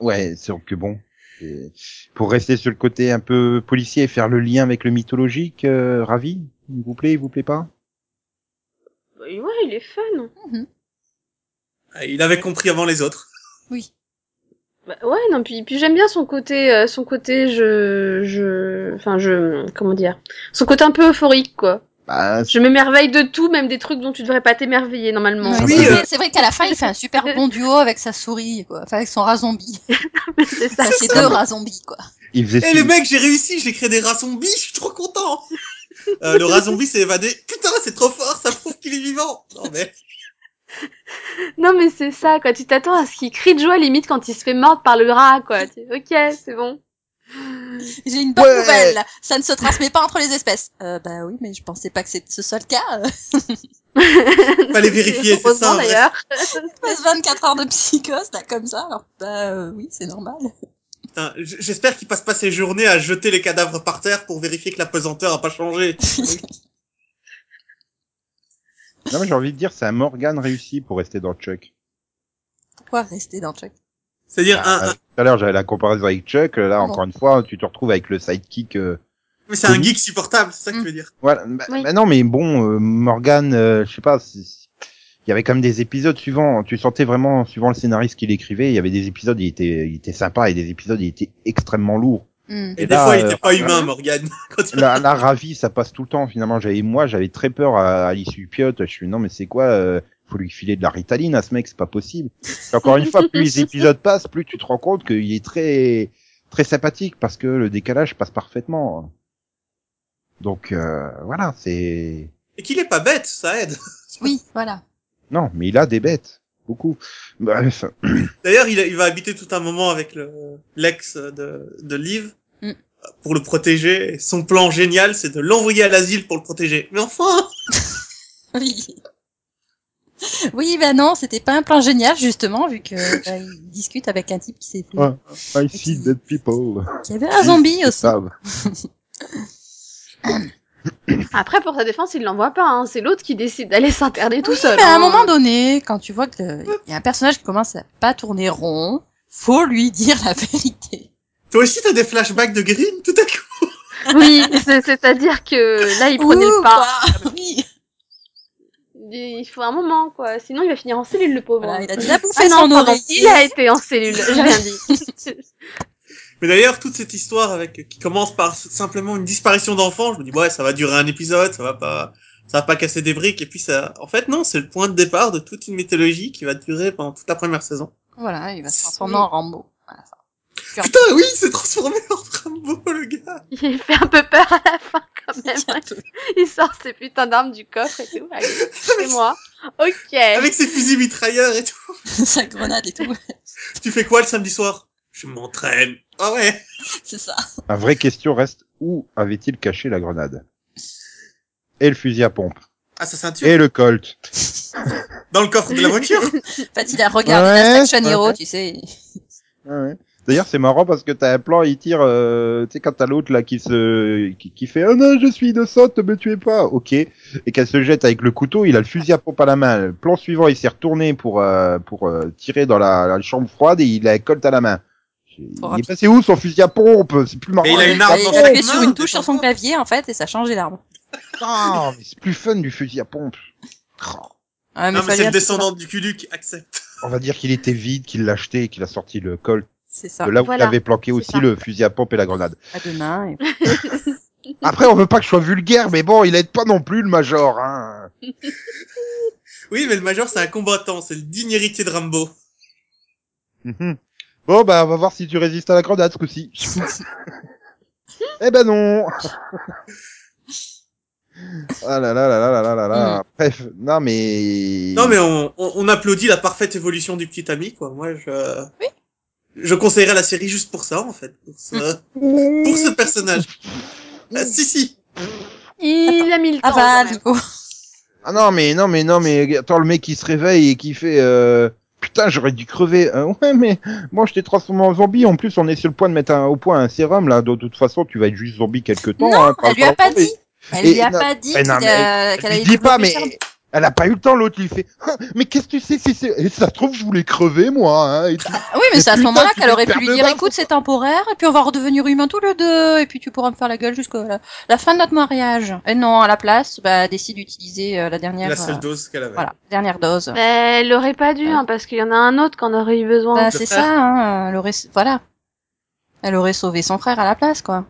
Speaker 1: ouais, c'est que bon. c'est- Pour rester sur le côté un peu policier et faire le lien avec le mythologique, euh, ravi, il vous plaît, il vous plaît pas
Speaker 2: Bah, Ouais, il est fun.
Speaker 3: Ah, Il avait compris avant les autres.
Speaker 5: Oui.
Speaker 2: Bah, ouais, non, puis, puis j'aime bien son côté, euh, son côté, je, je, enfin, je, comment dire, son côté un peu euphorique, quoi.
Speaker 1: Bah,
Speaker 2: Je m'émerveille de tout, même des trucs dont tu devrais pas t'émerveiller normalement.
Speaker 5: Mais
Speaker 1: Oui,
Speaker 5: c'est
Speaker 1: euh.
Speaker 5: vrai- c'est vrai qu'à la fin, il fait un super bon duo avec sa souris, quoi. Enfin, avec son rat zombie.
Speaker 2: c'est ça.
Speaker 5: Enfin, ses
Speaker 1: ça.
Speaker 5: deux rats zombies, quoi.
Speaker 1: il faisait
Speaker 3: Eh
Speaker 1: signe-
Speaker 3: les mecs, j'ai réussi, j'ai créé des rats zombies, je suis trop content Euh, Le rat zombie s'est évadé. Putain, c'est trop fort, ça prouve qu'il est vivant Non mais...
Speaker 2: Non, mais c'est ça, quoi. Tu t'attends à ce qu'il crie de joie, limite, quand il se fait mordre par le rat, quoi. Tu- Ok, c'est bon.
Speaker 5: J'ai une bonne
Speaker 1: Ouais.
Speaker 5: nouvelle. Ça ne se transmet pas entre les espèces. Euh, bah oui, mais je pensais pas que c'est ce soit le cas.
Speaker 3: Fallait vérifier, c'est
Speaker 2: Heureusement,
Speaker 3: ça. ouais.
Speaker 2: d'ailleurs.
Speaker 5: Passe 24 heures de psychose, là, comme ça. Alors, bah euh, oui, c'est normal.
Speaker 3: Putain, j- J'espère qu'il passe pas ses journées à jeter les cadavres par terre pour vérifier que la pesanteur a pas changé.
Speaker 1: Non mais j'ai envie de dire, c'est un Morgan réussi pour rester dans Chuck.
Speaker 5: Pourquoi rester dans Chuck
Speaker 3: C'est-à-dire, un,
Speaker 1: Ah, euh, Tout à l'heure, j'avais la comparaison avec Chuck. Là,
Speaker 5: Ah
Speaker 1: encore une fois, tu te retrouves avec le sidekick. euh,
Speaker 3: Mais c'est un geek supportable, c'est ça que tu veux dire.
Speaker 1: Voilà. Bah,
Speaker 2: Oui.
Speaker 1: bah non, mais bon, euh, Morgan, euh, je sais pas. c'est- c'est- Il y avait quand même des épisodes suivants. Tu sentais vraiment, suivant le scénariste qu'il écrivait, il y avait des épisodes, il était, il était sympa, et des épisodes, il était extrêmement lourd.
Speaker 5: Hmm.
Speaker 3: Et,
Speaker 1: Et
Speaker 3: des
Speaker 1: là,
Speaker 3: fois, il
Speaker 1: euh,
Speaker 3: était pas humain,
Speaker 1: euh,
Speaker 3: Morgane. Quand il-
Speaker 1: la, la ravie, ça passe tout le temps. Finalement, j'avais moi, j'avais très peur à, à l'issue du pilote. Je suis non, mais c'est quoi euh, Faut lui filer de la ritaline à ce mec, c'est pas possible. Et encore une fois, plus les épisodes passent, plus tu te rends compte qu'il est très très sympathique parce que le décalage passe parfaitement. Donc euh, voilà, c'est
Speaker 3: Et qu'il est pas bête, ça aide.
Speaker 5: Oui, voilà.
Speaker 1: non, mais il a des bêtes, beaucoup. Bref,
Speaker 3: D'ailleurs, il, il va habiter tout un moment avec le- l'ex de, de Liv
Speaker 5: Mm.
Speaker 3: pour le protéger. Et son plan génial, c'est de l'envoyer à l'asile pour le protéger. Mais enfin
Speaker 5: Oui. Oui, bah non, c'était pas un plan génial, justement, vu que bah, il discute avec un type qui s'est fait-
Speaker 1: Ouais. I see dead people.
Speaker 5: qui avait un zombie
Speaker 1: Ils
Speaker 5: aussi.
Speaker 1: savent.
Speaker 2: Après, pour sa défense, il l'envoie pas, hein. C'est l'autre qui décide d'aller s'interner tout seul.
Speaker 5: Mais à un
Speaker 2: hein.
Speaker 5: moment donné, quand tu vois qu'il y a un personnage qui commence à pas tourner rond, faut lui dire la vérité.
Speaker 3: Toi aussi, t'as des flashbacks de Green, tout à coup
Speaker 2: Oui, c'est- c'est-à-dire que là, il prenait
Speaker 5: Ouh,
Speaker 2: le pas.
Speaker 5: quoi. Oui.
Speaker 2: Il faut un moment, quoi. Sinon, il va finir en cellule, le pauvre.
Speaker 5: Voilà, il a déjà
Speaker 2: Ah
Speaker 5: bouffé
Speaker 2: non,
Speaker 5: son
Speaker 2: pardon, il
Speaker 5: oreiller.
Speaker 2: a été en cellule, j'ai rien dit.
Speaker 3: Mais d'ailleurs, toute cette histoire avec qui commence par s- simplement une disparition d'enfant, je me dis, ouais, ça va durer un épisode, ça va pas... Ça va pas casser des briques et puis ça. En fait non, c'est le point de départ de toute une mythologie qui va durer pendant toute la première saison.
Speaker 5: Voilà, il va se transformer en Rambo. Voilà, ça.
Speaker 3: Putain oui, il s'est transformé en Rambo le gars.
Speaker 2: Il fait un peu peur à la fin quand même. hein. Il sort ses putains d'armes du coffre et tout. Allez, c'est moi. Ok.
Speaker 3: Avec ses fusils mitrailleurs et tout.
Speaker 5: Sa grenade et tout,
Speaker 3: Tu fais quoi le samedi soir Je m'entraîne. Ah ouais.
Speaker 5: c'est ça.
Speaker 1: La vraie question reste où avait-il caché la grenade Et le fusil à pompe
Speaker 3: Ah sa ceinture.
Speaker 1: et le Colt.
Speaker 3: Dans le coffre de la voiture.
Speaker 5: En fait, il a regardé
Speaker 1: Ouais,
Speaker 5: Last Action
Speaker 1: ouais,
Speaker 5: Hero,
Speaker 1: ouais.
Speaker 5: tu sais.
Speaker 1: Ouais. D'ailleurs, c'est marrant parce que t'as un plan, il tire, euh, tu sais, quand t'as l'autre là qui se, qui, qui fait, oh non, je suis innocente, ne me tuez pas, ok, et qu'elle se jette avec le couteau, il a le fusil à pompe à la main. Le plan suivant, il s'est retourné pour, euh, pour euh, tirer dans la, la chambre froide et il a un colt à la main.
Speaker 5: Trop
Speaker 2: Oh.
Speaker 1: Il
Speaker 5: rapide.
Speaker 1: est passé où son fusil à pompe C'est plus marrant.
Speaker 3: Mais il a
Speaker 5: Ouais,
Speaker 3: une arme
Speaker 5: bah,
Speaker 3: dans
Speaker 5: il
Speaker 3: chaque
Speaker 5: appuyait
Speaker 3: main,
Speaker 5: sur une
Speaker 3: mais
Speaker 5: touche sur
Speaker 3: pourquoi
Speaker 5: son clavier, en fait, et ça change l'arme.
Speaker 1: Putain, mais c'est plus fun du fusil à pompe.
Speaker 5: Ouais,
Speaker 3: Non Ah, mais
Speaker 5: fallait
Speaker 3: c'est le
Speaker 5: un petit peu-
Speaker 3: descendant du Kuluk, accepte.
Speaker 1: On va dire qu'il était vide, qu'il l'a acheté et qu'il a sorti le colt
Speaker 5: C'est ça.
Speaker 1: de là où
Speaker 2: Voilà.
Speaker 1: il avait planqué
Speaker 2: C'est
Speaker 1: aussi
Speaker 2: ça.
Speaker 1: le fusil à pompe et la grenade.
Speaker 5: À deux mains. et-
Speaker 1: Après, on veut pas que je sois vulgaire, mais bon, il aide pas non plus le major. Hein.
Speaker 3: Oui mais le major c'est un combattant, c'est le digne héritier de Rambo.
Speaker 1: Mhm. bon, bah, on va voir si tu résistes à la grenade ce coup-ci. eh ben non. Ah là là là là là là là
Speaker 5: Mm.
Speaker 1: là. Bref, non mais.
Speaker 3: Non, mais on, on, on applaudit la parfaite évolution du petit ami, quoi. Moi, je.
Speaker 5: Oui.
Speaker 3: Je conseillerais la série juste pour ça, en fait. Pour ce, pour ce personnage. Ah, si, si.
Speaker 2: Il a mis le temps.
Speaker 5: Ah bah,
Speaker 2: quand même.
Speaker 5: Nico.
Speaker 1: Ah non mais non mais non mais attends le mec qui se réveille et qui fait euh, putain j'aurais dû crever. Euh, ouais mais moi je t'ai transformé en zombie. En plus on est sur le point de mettre un- au point un sérum là. De toute façon tu vas être juste zombie quelque temps.
Speaker 5: Non,
Speaker 1: hein, par
Speaker 5: elle lui a
Speaker 1: rapport
Speaker 5: pas
Speaker 1: au zombie.
Speaker 5: dit. Elle
Speaker 1: Et
Speaker 5: lui a
Speaker 1: non,
Speaker 5: pas dit
Speaker 1: mais
Speaker 5: qu'il
Speaker 1: non,
Speaker 5: a- qu'elle
Speaker 1: Je
Speaker 5: allait
Speaker 1: dis pas
Speaker 5: développer
Speaker 1: mais
Speaker 5: le charme.
Speaker 1: elle a pas eu le temps l'autre il fait Ah, mais qu'est-ce que tu sais si c'est et ça se trouve je voulais crever moi hein, et tout.
Speaker 5: Ah Oui, mais
Speaker 1: Mais
Speaker 5: c'est à ce
Speaker 1: putain,
Speaker 5: moment-là
Speaker 1: tu
Speaker 5: qu'elle
Speaker 1: veux
Speaker 5: aurait
Speaker 1: te
Speaker 5: pu lui
Speaker 1: faire
Speaker 5: dire
Speaker 1: de
Speaker 5: écoute, c'est temporaire, et puis on va redevenir humains tous les deux, et puis tu pourras me faire la gueule jusqu'à la, la fin de notre mariage. Et non, à la place, bah, elle décide d'utiliser euh, la dernière,
Speaker 3: La seule
Speaker 5: euh,
Speaker 3: dose qu'elle avait.
Speaker 5: voilà, dernière dose.
Speaker 2: Mais elle aurait pas dû, hein, parce qu'il y en a un autre qu'on aurait eu besoin.
Speaker 5: Bah,
Speaker 3: le
Speaker 5: c'est
Speaker 3: frère.
Speaker 5: ça, hein, elle aurait, voilà. Elle aurait sauvé son frère à la place, quoi.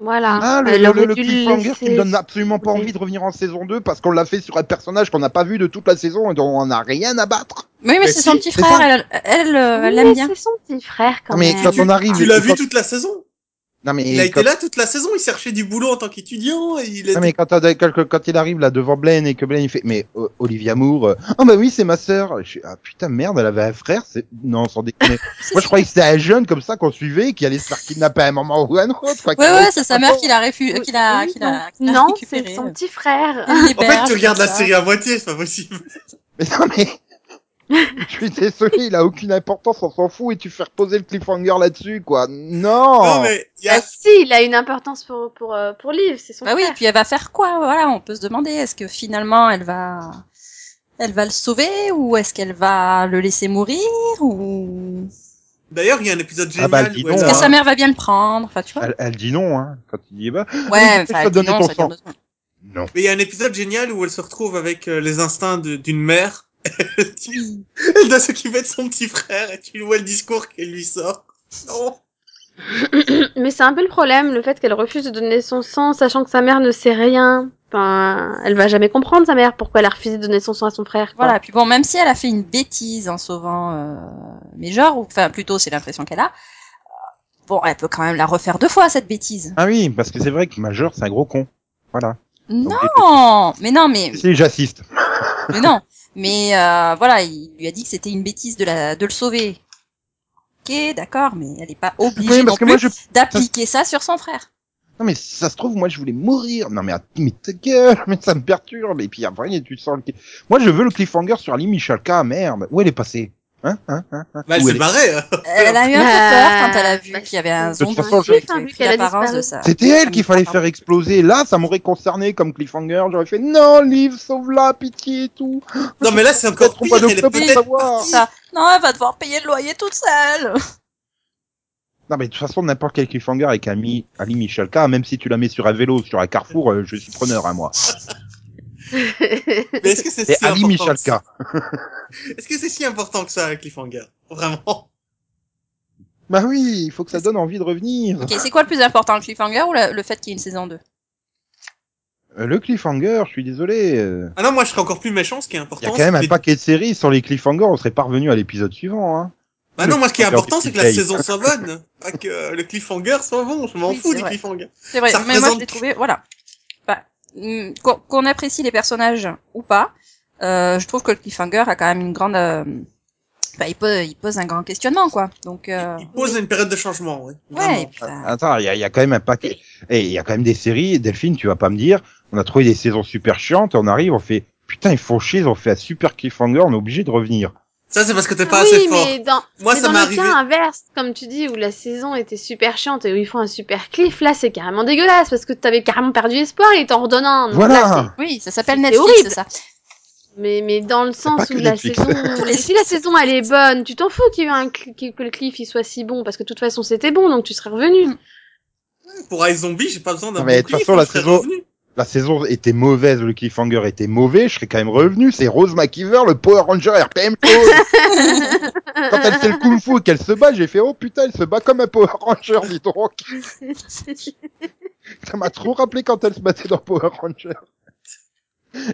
Speaker 2: Voilà.
Speaker 1: Ah, le,
Speaker 2: elle
Speaker 1: le,
Speaker 2: aurait
Speaker 1: le
Speaker 2: dû
Speaker 1: cliffhanger qui me
Speaker 2: laisser-
Speaker 1: donne absolument pas
Speaker 2: Oui.
Speaker 1: envie de revenir en saison 2 parce qu'on l'a fait sur un personnage qu'on n'a pas vu de toute la saison et dont on n'a rien à battre.
Speaker 5: Oui, mais,
Speaker 3: Mais
Speaker 5: c'est
Speaker 3: si,
Speaker 5: son petit
Speaker 1: c'est
Speaker 5: frère,
Speaker 1: ça.
Speaker 5: elle, elle, euh, elle
Speaker 2: Oui,
Speaker 5: l'aime bien.
Speaker 2: C'est son petit frère quand
Speaker 1: Non, mais
Speaker 2: même.
Speaker 1: quand on arrive,
Speaker 3: Tu
Speaker 1: et
Speaker 3: l'as
Speaker 1: quand-
Speaker 3: vu toute la saison.
Speaker 1: non mais
Speaker 3: Il a
Speaker 1: quand-
Speaker 3: été là toute la saison. Il cherchait du boulot en tant qu'étudiant. et Il
Speaker 1: Non
Speaker 3: était
Speaker 1: mais quand, t'as- quand, quand- quand il arrive là devant Blaine et que Blaine il fait mais euh, Olivia Moore euh, ah bah oui c'est ma sœur je suis ah putain merde elle avait un frère c'est non sans déconner moi je croyais que c'était un jeune comme ça qu'on suivait et qui allait se faire kidnapper à un moment ou à un autre quoi
Speaker 5: Ouais,
Speaker 1: Qui-
Speaker 5: ouais, c'est sa mère qui l'a
Speaker 2: Oui,
Speaker 5: réfu- qui l'a,
Speaker 2: oui,
Speaker 5: qui l'a, qui l'a
Speaker 2: Non, c'est
Speaker 5: récupéré. euh.
Speaker 2: son petit frère.
Speaker 5: Elle
Speaker 3: En
Speaker 5: libère,
Speaker 3: fait, tu
Speaker 5: c'est
Speaker 3: regardes
Speaker 5: comme
Speaker 3: la
Speaker 5: ça.
Speaker 3: série à moitié, c'est pas possible.
Speaker 1: mais non mais je suis désolé il a aucune importance on s'en fout et tu fais reposer le cliffhanger là-dessus quoi non,
Speaker 3: Non, mais il y a
Speaker 5: Ah.
Speaker 2: Bah, si, il a une importance pour pour euh, pour Liv, c'est son
Speaker 5: Bah oui,
Speaker 2: frère.
Speaker 5: puis elle va faire quoi Voilà, on peut se demander est-ce que finalement elle va elle va le sauver ou est-ce qu'elle va le laisser mourir ou
Speaker 3: D'ailleurs, il y a un épisode
Speaker 1: Ah
Speaker 3: génial
Speaker 1: bah, dis
Speaker 3: où elle
Speaker 1: donc,
Speaker 5: est-ce
Speaker 3: a-
Speaker 5: que sa mère va bien le prendre Enfin, tu vois.
Speaker 1: Elle, elle dit non hein quand il dit bah
Speaker 5: Ouais,
Speaker 1: je
Speaker 5: enfin,
Speaker 1: dois
Speaker 5: elle dit
Speaker 1: donner
Speaker 5: non,
Speaker 1: ton
Speaker 5: ça veut dire
Speaker 1: sang.
Speaker 5: de-
Speaker 1: non
Speaker 3: Mais il y a un épisode génial où elle se retrouve avec euh, les instincts de- d'une mère.
Speaker 5: Oui.
Speaker 3: elle doit s'occuper de son petit frère et tu vois le discours qu'elle lui sort. Non.
Speaker 2: Mais c'est un peu le problème, le fait qu'elle refuse de donner son sang, sachant que sa mère ne sait rien. Enfin, elle va jamais comprendre sa mère pourquoi elle a refusé de donner son sang à son frère. quoi.
Speaker 5: Voilà, puis bon, même si elle a fait une bêtise en sauvant euh, Major, ou enfin plutôt c'est l'impression qu'elle a, euh, bon, elle peut quand même la refaire deux fois cette bêtise.
Speaker 1: ah oui parce que c'est vrai que Major c'est un gros con voilà Donc,
Speaker 5: Non, mais non, mais,
Speaker 1: si j'assiste
Speaker 5: mais non, mais euh, voilà, il lui a dit que c'était une bêtise de la de le sauver. Ok, d'accord, mais elle n'est pas obligée
Speaker 1: oui
Speaker 5: non
Speaker 1: parce que
Speaker 5: plus
Speaker 1: moi je
Speaker 5: d'appliquer ça sur son frère.
Speaker 1: Non mais si ça se trouve, moi je voulais mourir. Non mais, att- mais ta gueule, mais ça me perturbe. Et puis après, tu sens le... Moi je veux le cliffhanger sur Ali Michalka, ah, merde. Où elle est passée Hein Hein Hein, hein
Speaker 3: Bah, elle
Speaker 1: Où
Speaker 3: s'est
Speaker 1: elle est-
Speaker 3: barrée. hein.
Speaker 5: Elle a eu un peu
Speaker 2: Bah,
Speaker 5: peur quand elle a vu
Speaker 2: bah,
Speaker 5: qu'il y avait un
Speaker 1: c'est- Ah, de
Speaker 5: zombie
Speaker 1: toute façon, je-
Speaker 5: qui
Speaker 2: Enfin,
Speaker 5: avait
Speaker 2: vu
Speaker 5: pris
Speaker 2: qu'elle a
Speaker 5: l'apparence de
Speaker 2: disparu.
Speaker 5: ça.
Speaker 1: C'était elle qu'il fallait faire exploser. Là, ça m'aurait concerné comme cliffhanger. J'aurais fait non, Liv, sauve-la, pitié et tout.
Speaker 3: Non, mais là, c'est encore
Speaker 1: Peut-être on va
Speaker 3: pire.
Speaker 1: le
Speaker 3: Elle est
Speaker 1: club pour
Speaker 3: peut-être.
Speaker 1: savoir.
Speaker 5: Ça. Non, elle va devoir payer le loyer toute seule.
Speaker 1: Non mais de toute façon, n'importe quel cliffhanger avec Ami, Ali Michalka, même si tu la mets sur un vélo, sur un carrefour, euh, je suis preneur à moi.
Speaker 3: Mais est-ce que c'est
Speaker 1: C'est
Speaker 3: si
Speaker 1: Ali
Speaker 3: important que
Speaker 1: Michalka.
Speaker 3: ça Est-ce que c'est si important que ça, avec Cliffhanger Vraiment.
Speaker 1: Bah oui, il faut que ça donne envie de revenir.
Speaker 5: Ok, c'est quoi le plus important, le cliffhanger ou la- le fait qu'il y ait une saison 2
Speaker 1: Euh, le cliffhanger, je suis désolé. euh,
Speaker 3: Ah non, moi, je serais encore plus méchant. Ce qui est
Speaker 1: Il y a
Speaker 3: important,
Speaker 1: quand
Speaker 3: c'est
Speaker 1: même
Speaker 3: que
Speaker 1: un
Speaker 3: les-
Speaker 1: paquet de séries sans les cliffhangers, on serait pas revenu à l'épisode suivant. Hein.
Speaker 3: Bah non, moi, ce qui est
Speaker 1: Cliffhanger
Speaker 3: important,
Speaker 1: du
Speaker 3: c'est que la
Speaker 1: Cliffhanger.
Speaker 3: saison soit bonne. Pas que euh, le cliffhanger soit bon. Je m'en
Speaker 5: Oui,
Speaker 3: fous
Speaker 5: c'est
Speaker 3: du
Speaker 5: vrai.
Speaker 3: cliffhanger.
Speaker 5: C'est vrai,
Speaker 3: Ça
Speaker 5: mais moi je
Speaker 3: représente-
Speaker 5: l'ai trouvé, voilà. Bah, hum, qu'on qu'on apprécie les personnages ou pas, euh, je trouve que le cliffhanger a quand même une grande... euh, bah, il, pose, il pose un grand questionnement, quoi. Donc, euh,
Speaker 3: Il pose une période de changement, ouais.
Speaker 5: ouais, et
Speaker 3: Vraiment.
Speaker 5: puis, bah,
Speaker 1: Attends, il y a, il y a quand même un paquet. Et il y a quand même des séries. Delphine, tu vas pas me dire, on a trouvé des saisons super chiantes, on arrive, on fait putain ils font chier, on fait un super cliffhanger, on est obligé de revenir.
Speaker 3: Ça, c'est parce que t'es
Speaker 2: Ah
Speaker 3: pas
Speaker 2: oui,
Speaker 3: assez fort.
Speaker 2: mais dans,
Speaker 3: Moi,
Speaker 2: mais
Speaker 3: ça
Speaker 2: dans
Speaker 3: m'est
Speaker 2: le
Speaker 3: arrivé.
Speaker 2: cas inverse, comme tu dis, où la saison était super chiante et où ils font un super cliff, là c'est carrément dégueulasse parce que t'avais carrément perdu espoir et t'en redonnent un. Donc là,
Speaker 1: voilà.
Speaker 5: oui, ça s'appelle
Speaker 2: C'est
Speaker 5: Netflix,
Speaker 2: horrible.
Speaker 5: ça.
Speaker 2: c'est- mais, mais dans le
Speaker 1: pas
Speaker 2: sens
Speaker 1: que
Speaker 2: où la
Speaker 1: Netflix.
Speaker 2: saison.
Speaker 5: les
Speaker 2: mais si la saison elle est bonne, tu t'en fous qu'il y ait eu un cl- que le cliff il soit si bon parce que de toute façon c'était bon donc tu serais revenu.
Speaker 3: Pour iZombie, Zombie, j'ai pas besoin d'un
Speaker 1: Non, mais
Speaker 3: bon
Speaker 1: de toute
Speaker 3: cliff,
Speaker 1: façon, la
Speaker 3: je serais
Speaker 1: saison-
Speaker 3: revenu.
Speaker 1: La saison était mauvaise, le cliffhanger était mauvais, je serais quand même revenu. C'est Rose McIver, le Power Ranger RPM. chose. quand elle fait le kung fu et qu'elle se bat, j'ai fait oh putain, elle se bat comme un Power Ranger, dis donc. Ça m'a trop rappelé quand elle se battait dans Power Rangers.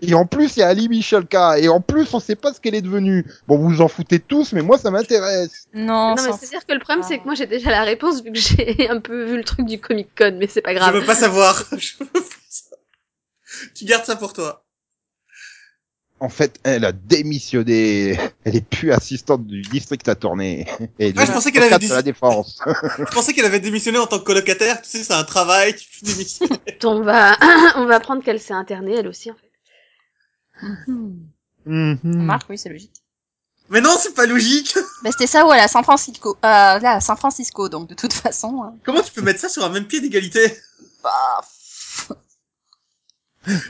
Speaker 1: Et en plus, il y a Ali Michalka. Et en plus, on sait pas ce qu'elle est devenue. Bon, vous vous en foutez tous, mais moi, ça m'intéresse.
Speaker 5: Non,
Speaker 2: non Ah. mais
Speaker 5: sans-
Speaker 2: c'est-à-dire que le problème c'est que moi j'ai déjà la réponse vu que j'ai un peu vu le truc du Comic Con mais c'est pas
Speaker 3: Je
Speaker 2: grave.
Speaker 3: veux pas savoir. Je veux pas savoir. Tu gardes ça pour toi.
Speaker 1: En fait, elle a démissionné. Elle est plus assistante du district attorney. Et
Speaker 3: Ah, je pensais qu'elle avait
Speaker 1: avocate
Speaker 3: dit-
Speaker 1: de la défense.
Speaker 3: Je pensais qu'elle avait démissionné en tant que colocataire. Tu sais, c'est un travail. Tu peux démissionner.
Speaker 2: On va, on va apprendre qu'elle s'est internée, elle aussi, en fait.
Speaker 1: Mhm.
Speaker 5: Marc, oui, c'est logique.
Speaker 3: Mais non, c'est pas logique.
Speaker 5: Bah, c'était ça, voilà, San Francisco. Euh, là, à San Francisco, donc de toute façon. hein.
Speaker 3: Comment tu peux mettre ça sur un même pied d'égalité
Speaker 5: Bah, pff,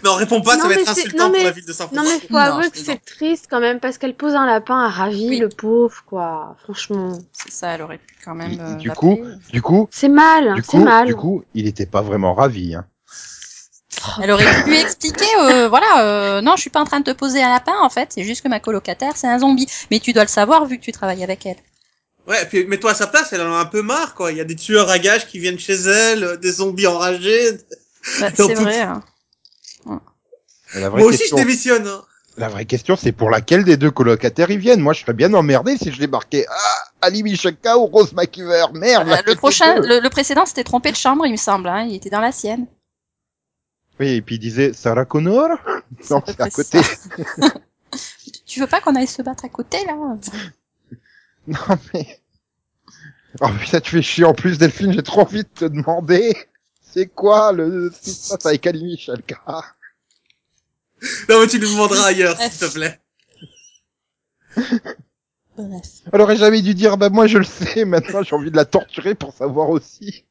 Speaker 3: Non, réponds pas,
Speaker 2: Non,
Speaker 3: ça va
Speaker 2: mais
Speaker 3: être
Speaker 2: c'est-
Speaker 3: insultant
Speaker 2: non,
Speaker 3: pour
Speaker 2: mais-
Speaker 3: la ville de San
Speaker 2: Non, mais
Speaker 3: Francisco.
Speaker 2: faut
Speaker 5: Non,
Speaker 2: avouer
Speaker 5: je
Speaker 2: que
Speaker 5: plaisante.
Speaker 2: c'est triste quand même parce qu'elle pose un lapin à Ravi,
Speaker 5: Oui.
Speaker 2: le pauvre, quoi. Franchement.
Speaker 5: c'est ça, elle aurait pu quand même.
Speaker 1: Et- et
Speaker 5: euh,
Speaker 1: du
Speaker 5: l'appeler.
Speaker 1: coup, Du coup,
Speaker 2: C'est mal, hein,
Speaker 1: du
Speaker 2: c'est
Speaker 1: coup,
Speaker 2: mal.
Speaker 1: du coup, il était pas vraiment ravi, hein.
Speaker 5: Elle aurait pu expliquer, euh, voilà, euh, non, je suis pas en train de te poser un lapin, en fait, c'est juste que ma colocataire, c'est un zombie. Mais tu dois le savoir vu que tu travailles avec elle.
Speaker 3: Ouais, et puis mets-toi à sa place, elle en a un peu marre, quoi. Il y a des tueurs à gages qui viennent chez elle, euh, des zombies enragés.
Speaker 5: Bah,
Speaker 3: Donc,
Speaker 5: c'est vrai. hein.
Speaker 1: Et La vraie
Speaker 3: Moi aussi, je
Speaker 1: question,
Speaker 3: démissionne. hein.
Speaker 1: la vraie question, c'est pour laquelle des deux colocataires ils viennent. Moi, je serais bien emmerdé si je débarquais. Ah, Ali Michaka ou Rose McIver. Merde.
Speaker 5: Euh,
Speaker 1: laquelle
Speaker 5: le
Speaker 1: des
Speaker 5: prochain,
Speaker 1: deux
Speaker 5: le, le précédent, c'était trompé de chambre, il me semble. Hein. Il était dans la sienne.
Speaker 1: Oui, et puis il disait Sarah Connor.
Speaker 5: à
Speaker 1: Non,
Speaker 5: peu
Speaker 1: c'est à
Speaker 5: près
Speaker 1: côté.
Speaker 5: Tu- Tu veux pas qu'on aille se battre à côté là
Speaker 1: Non mais. Oh putain, tu fais chier en plus, Delphine, j'ai trop envie de te demander. C'est quoi le ce qui se passe avec Ali Michalka
Speaker 3: Non, mais tu lui demanderas ailleurs, s'il te plaît.
Speaker 5: Bref.
Speaker 1: Elle aurait jamais dû dire, bah moi je le sais, maintenant j'ai envie de la torturer pour savoir aussi.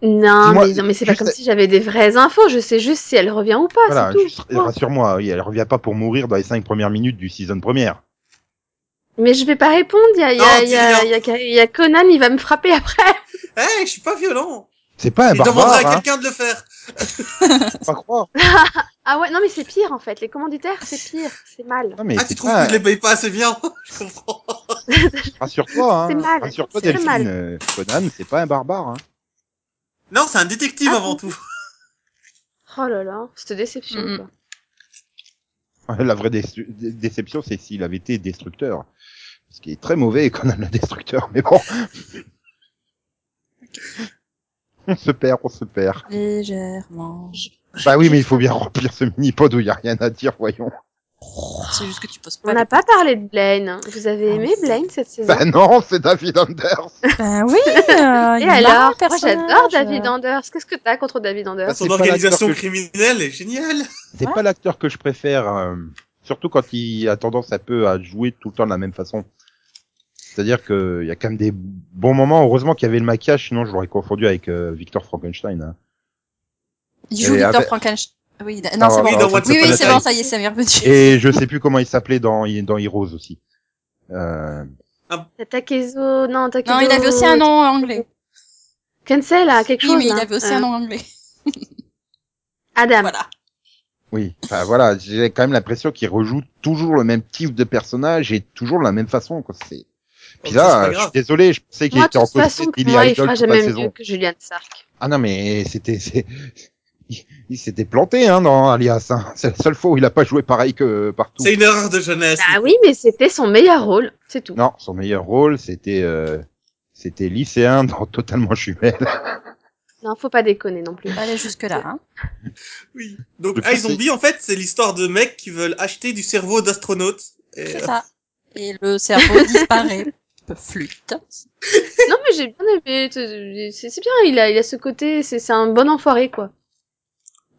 Speaker 2: Non,
Speaker 1: Dis-moi,
Speaker 2: mais, non, mais c'est pas
Speaker 1: juste-
Speaker 2: comme si j'avais des vraies infos. Je sais juste si elle revient ou pas,
Speaker 1: voilà,
Speaker 2: c'est tout.
Speaker 1: juste-
Speaker 2: Point.
Speaker 1: rassure-moi, oui, elle revient pas pour mourir dans les cinq premières minutes du season première.
Speaker 2: Mais je vais pas répondre. Il y a, il y
Speaker 3: Non,
Speaker 2: a, il
Speaker 3: dis
Speaker 2: y a,
Speaker 3: rien.
Speaker 2: il y a qu'à- il y a Conan, il va me frapper après.
Speaker 3: Eh, je suis pas violent.
Speaker 1: C'est pas un
Speaker 3: Il demandera à
Speaker 1: barbare, hein,
Speaker 3: quelqu'un de le faire.
Speaker 1: faut pas croire.
Speaker 2: Ah ouais, non, mais c'est pire en fait. Les commanditaires, c'est pire. C'est mal.
Speaker 1: Non mais
Speaker 3: Ah,
Speaker 1: c'est
Speaker 3: tu trouves
Speaker 1: pas-
Speaker 3: que je les paye pas assez bien Je comprends.
Speaker 1: rassure-toi,
Speaker 2: C'est
Speaker 1: hein.
Speaker 2: mal,
Speaker 1: rassure-toi
Speaker 2: c'est très
Speaker 1: Delphine,
Speaker 2: mal.
Speaker 1: euh, Conan, c'est pas un barbare. Hein.
Speaker 3: Non, c'est un détective
Speaker 2: Ah,
Speaker 3: avant tout.
Speaker 2: Oh là là, cette déception.
Speaker 5: Mm.
Speaker 2: quoi.
Speaker 1: La vraie dé- dé- déception, c'est s'il avait été destructeur. Ce qui est très mauvais, Conan le destructeur, mais bon. on se perd, on se perd.
Speaker 5: Légèrement.
Speaker 1: Bah oui, mais il faut bien remplir ce mini-pod où il y a rien à dire, voyons.
Speaker 5: C'est juste que tu poses
Speaker 2: On
Speaker 5: pas.
Speaker 2: n'a pas parlé de Blaine. hein. Vous avez
Speaker 5: Ah,
Speaker 2: aimé
Speaker 5: c'est-
Speaker 2: Blaine cette saison
Speaker 1: Bah non, c'est David Anders.
Speaker 5: Ben oui. euh,
Speaker 2: Et
Speaker 5: il est là,
Speaker 2: alors,
Speaker 5: le
Speaker 2: moi j'adore
Speaker 5: personnage.
Speaker 2: David hein. Anders. Qu'est-ce que t'as contre David Anders
Speaker 1: c'est
Speaker 3: Son
Speaker 1: pas
Speaker 3: organisation
Speaker 1: l'acteur que-
Speaker 3: criminelle est géniale.
Speaker 1: C'est pas l'acteur que je préfère, euh, surtout quand il a tendance un peu à jouer tout le temps de la même façon. C'est-à-dire que il y a quand même des bons moments. Heureusement qu'il y avait le maquillage, sinon je l'aurais confondu avec euh, Victor Frankenstein. hein.
Speaker 5: Il joue
Speaker 1: Et
Speaker 5: Victor
Speaker 1: avec-
Speaker 5: Frankenstein. Oui, d-
Speaker 1: Ah,
Speaker 5: non, c'est
Speaker 1: oui,
Speaker 5: bon.
Speaker 3: dans
Speaker 1: ça
Speaker 3: What's
Speaker 5: Oui,
Speaker 1: s'appelle
Speaker 5: oui,
Speaker 1: la
Speaker 5: c'est
Speaker 1: taille.
Speaker 5: bon, ça y est, ça m'est revenu.
Speaker 1: Et je sais plus comment il s'appelait dans, dans Heroes aussi. Euh,
Speaker 2: T'as Takezo, non, Takezo.
Speaker 5: Non, il avait aussi un nom anglais.
Speaker 2: Kensei, là, quelque
Speaker 5: Oui,
Speaker 2: chose.
Speaker 5: mais il
Speaker 2: là.
Speaker 5: avait aussi
Speaker 2: Euh,
Speaker 5: un nom anglais.
Speaker 2: Adam.
Speaker 5: Voilà.
Speaker 1: oui, enfin voilà, j'ai quand même l'impression qu'il rejoue toujours le même type de personnage et toujours de la même façon. Quoi. C'est... Puis
Speaker 3: Oh, ça, c'est
Speaker 1: là,
Speaker 3: pas
Speaker 1: je suis
Speaker 3: grave.
Speaker 1: désolé, je pensais qu'il
Speaker 2: Moi, de
Speaker 1: était en
Speaker 2: toute
Speaker 1: cause
Speaker 2: façon,
Speaker 1: de
Speaker 2: pour
Speaker 1: Billy
Speaker 2: moi, il
Speaker 1: Idol
Speaker 2: fera
Speaker 1: toute la
Speaker 2: jamais mieux
Speaker 1: saison.
Speaker 2: que Julian Sark.
Speaker 1: Ah non, mais c'était... c'est- Il, il s'était planté hein, dans Alias. hein. C'est la seule fois où il a pas joué pareil que partout.
Speaker 3: C'est une erreur de jeunesse.
Speaker 2: Bah oui, mais c'était son meilleur rôle, c'est tout.
Speaker 1: Non, son meilleur rôle, c'était... euh, C'était lycéen dans Totalement Jumelle.
Speaker 2: Non, faut pas déconner non plus.
Speaker 5: Pas aller jusque là. Hein.
Speaker 3: Oui. Donc, ah,
Speaker 1: Le plus,
Speaker 3: iZombie, en fait, c'est l'histoire de mecs qui veulent acheter du cerveau d'astronautes. Et,
Speaker 5: C'est
Speaker 3: euh,
Speaker 5: ça. Et le cerveau disparaît. Peu Flûte.
Speaker 2: non, mais j'ai bien aimé. t- C'est c'est bien, il a, il a ce côté, c'est c'est un bon enfoiré, quoi.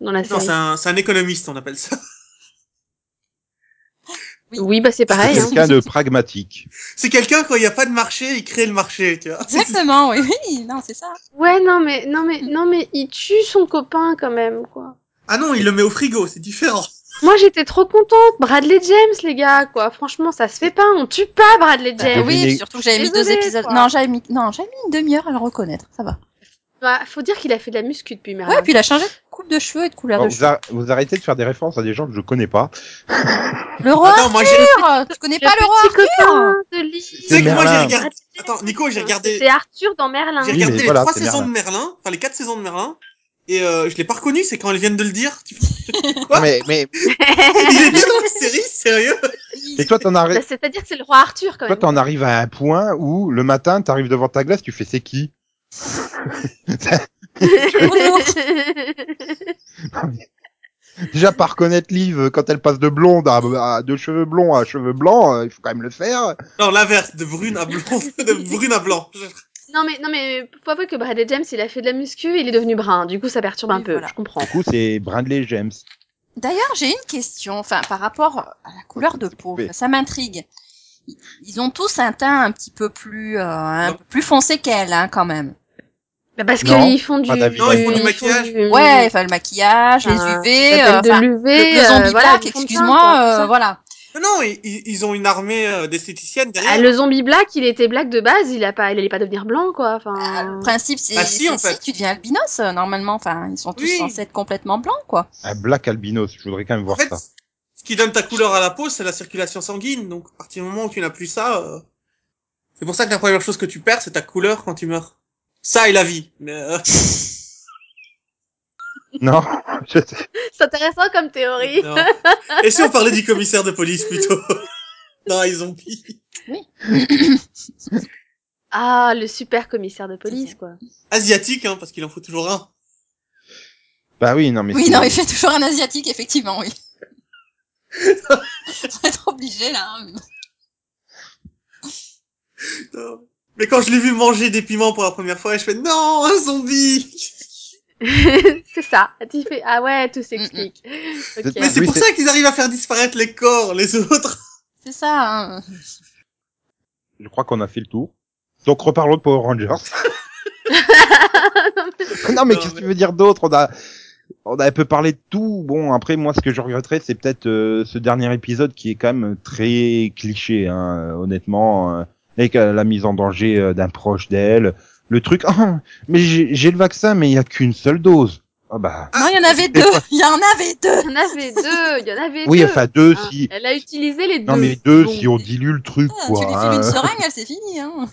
Speaker 2: Dans la
Speaker 3: Non,
Speaker 2: série.
Speaker 3: c'est un, c'est un économiste, on appelle ça.
Speaker 2: Oui, bah c'est pareil. hein.
Speaker 1: Quelqu'un de pragmatique.
Speaker 3: C'est quelqu'un, quand il n'y a pas de marché, il crée le marché, tu vois.
Speaker 5: Exactement, oui, oui, non, c'est ça.
Speaker 2: hein. Ouais, non, mais, non, mais, non, mais il tue son copain quand même, quoi.
Speaker 3: Ah non, il le met au frigo, c'est différent.
Speaker 2: Moi, j'étais trop contente. Bradley James, les gars, quoi. Franchement, ça se fait pas. On tue pas Bradley
Speaker 3: Ah,
Speaker 5: Bah
Speaker 2: James.
Speaker 1: devinez-
Speaker 5: oui, surtout que j'avais mis deux
Speaker 2: Désolée,
Speaker 5: épisodes.
Speaker 2: quoi.
Speaker 5: Non, j'avais mis, non, j'avais mis une demi-heure à le reconnaître, ça va.
Speaker 2: Bah, faut dire qu'il a fait de la muscu depuis Merlin.
Speaker 5: Ouais, puis il a changé de coupe de cheveux et de couleur
Speaker 1: Bon,
Speaker 5: de
Speaker 1: vous,
Speaker 5: cheveux.
Speaker 1: ar- vous arrêtez de faire des références à des gens que je connais pas.
Speaker 5: Le roi
Speaker 3: Attends, moi, j'ai-
Speaker 5: Arthur Tu connais
Speaker 2: Le
Speaker 5: pas le roi
Speaker 2: petit copain de Lee.
Speaker 1: C'est
Speaker 3: C'est que moi, j'ai
Speaker 1: Merlin.
Speaker 3: regardé,
Speaker 2: Bradley James.
Speaker 3: attends, Nico, j'ai regardé-
Speaker 2: C'est Arthur dans Merlin.
Speaker 3: j'ai
Speaker 1: Oui,
Speaker 3: regardé
Speaker 1: mais
Speaker 3: les
Speaker 1: voilà,
Speaker 3: trois
Speaker 1: c'est
Speaker 3: saisons
Speaker 1: Merlin.
Speaker 3: de Merlin, enfin, les quatre saisons de Merlin, et euh, je l'ai pas reconnu, c'est quand elles viennent de le dire. Quoi
Speaker 1: mais, mais,
Speaker 3: il était dans la série, sérieux?
Speaker 1: mais toi, t'en arri-
Speaker 2: Bah, C'est-à-dire que c'est le roi Arthur quand
Speaker 1: toi,
Speaker 2: même.
Speaker 1: t'en arrives à un point où le matin, t'arrives devant ta glace, tu fais c'est qui
Speaker 5: Arthur
Speaker 1: Non, mais- Déjà, par reconnaître Liv euh, quand elle passe de blonde à, à- de cheveux blonds à cheveux blancs, euh, il faut quand même le faire.
Speaker 3: Non, l'inverse, de brune à blanc. De brune à blanc.
Speaker 2: Non mais non mais faut avouer que Bradley James il a fait de la muscu, il est devenu brun. Du coup ça perturbe un
Speaker 5: Oui,
Speaker 2: peu,
Speaker 5: voilà.
Speaker 2: je comprends.
Speaker 1: Du coup, c'est Brindley James.
Speaker 5: D'ailleurs, j'ai une question, enfin, par rapport à la couleur de peau,
Speaker 1: Oui.
Speaker 5: ça m'intrigue. Ils ont tous un teint un petit peu plus, euh, un
Speaker 3: Non.
Speaker 5: peu plus foncé qu'elle, hein, quand même.
Speaker 2: Bah, parce
Speaker 1: Non,
Speaker 2: qu'ils font du
Speaker 1: pas d'avis.
Speaker 3: Non, ils font du
Speaker 2: ils
Speaker 3: maquillage.
Speaker 2: du-
Speaker 5: Ouais, enfin, le maquillage, les
Speaker 2: enfin, ça
Speaker 5: UV, Mm. euh,
Speaker 2: s'appelle de
Speaker 5: enfin,
Speaker 2: l'UV,
Speaker 5: le, le
Speaker 2: euh,
Speaker 5: zombie
Speaker 2: voilà,
Speaker 5: black,
Speaker 2: du fond de teint,
Speaker 5: excuse-moi,
Speaker 2: quoi, tout
Speaker 5: euh,
Speaker 2: ça.
Speaker 5: voilà.
Speaker 3: Non, non, ils, ils ils ont une armée euh, d'esthéticiennes derrière.
Speaker 2: Ah, le zombie black, il était black de base, il a pas, il allait pas devenir blanc, quoi. Enfin,
Speaker 5: Le principe, c'est
Speaker 3: Bah, si,
Speaker 5: c'est-
Speaker 3: en fait.
Speaker 5: tu deviens albinos, euh, normalement, enfin, ils sont tous
Speaker 3: Oui.
Speaker 5: censés être complètement blancs, quoi.
Speaker 1: Un black albinos, je voudrais quand même
Speaker 3: En
Speaker 1: voir
Speaker 3: fait,
Speaker 1: ça.
Speaker 3: ce qui donne ta couleur à la peau, c'est la circulation sanguine. Donc, à partir du moment où tu n'as plus ça, euh, c'est pour ça que la première chose que tu perds, c'est ta couleur quand tu meurs. Ça et la vie. Mais, euh,
Speaker 1: Non, je sais.
Speaker 2: c'est intéressant comme théorie.
Speaker 3: non. Et si on parlait du commissaire de police plutôt Non, ils ont pire.
Speaker 2: Ah, le super commissaire de police,
Speaker 5: C'est
Speaker 2: quoi.
Speaker 3: Asiatique, hein, parce qu'il en faut toujours un.
Speaker 1: Bah oui, non mais.
Speaker 5: Oui,
Speaker 1: c'est-
Speaker 5: non, il fait toujours un asiatique, effectivement, oui. On va être obligé, là. hein, mais bon.
Speaker 3: Non. Mais quand je l'ai vu manger des piments pour la première fois, je fais non, un zombie.
Speaker 2: c'est ça. Tu fais, ah ouais, tout s'explique. Ok.
Speaker 3: Mais c'est
Speaker 1: Oui,
Speaker 3: pour
Speaker 1: c'est-
Speaker 3: ça qu'ils arrivent à faire disparaître les corps, les autres.
Speaker 5: C'est ça, hein.
Speaker 1: Je crois qu'on a fait le tour. Donc reparlons de Power Rangers. non mais
Speaker 3: Non,
Speaker 1: qu'est-ce que tu
Speaker 3: mais-
Speaker 1: veux dire d'autre On a on a un peu parlé de tout. Bon après moi ce que je regretterais c'est peut-être euh, ce dernier épisode qui est quand même très cliché hein, honnêtement euh, avec euh, la mise en danger euh, d'un proche d'elle. Le truc ah mais j'ai j'ai le vaccin mais il y a qu'une seule dose. Ah bah
Speaker 5: Non, il y en avait deux. Il y en avait deux.
Speaker 2: Il y en avait deux, il y en avait
Speaker 1: oui
Speaker 2: deux.
Speaker 1: enfin deux
Speaker 2: Hein,
Speaker 1: si
Speaker 2: Elle a utilisé les deux.
Speaker 1: non mais deux
Speaker 2: Bon.
Speaker 1: si on dilue le truc
Speaker 5: Ah,
Speaker 1: quoi.
Speaker 5: tu lui
Speaker 1: hein.
Speaker 5: files une seringue, elle c'est fini. Hein.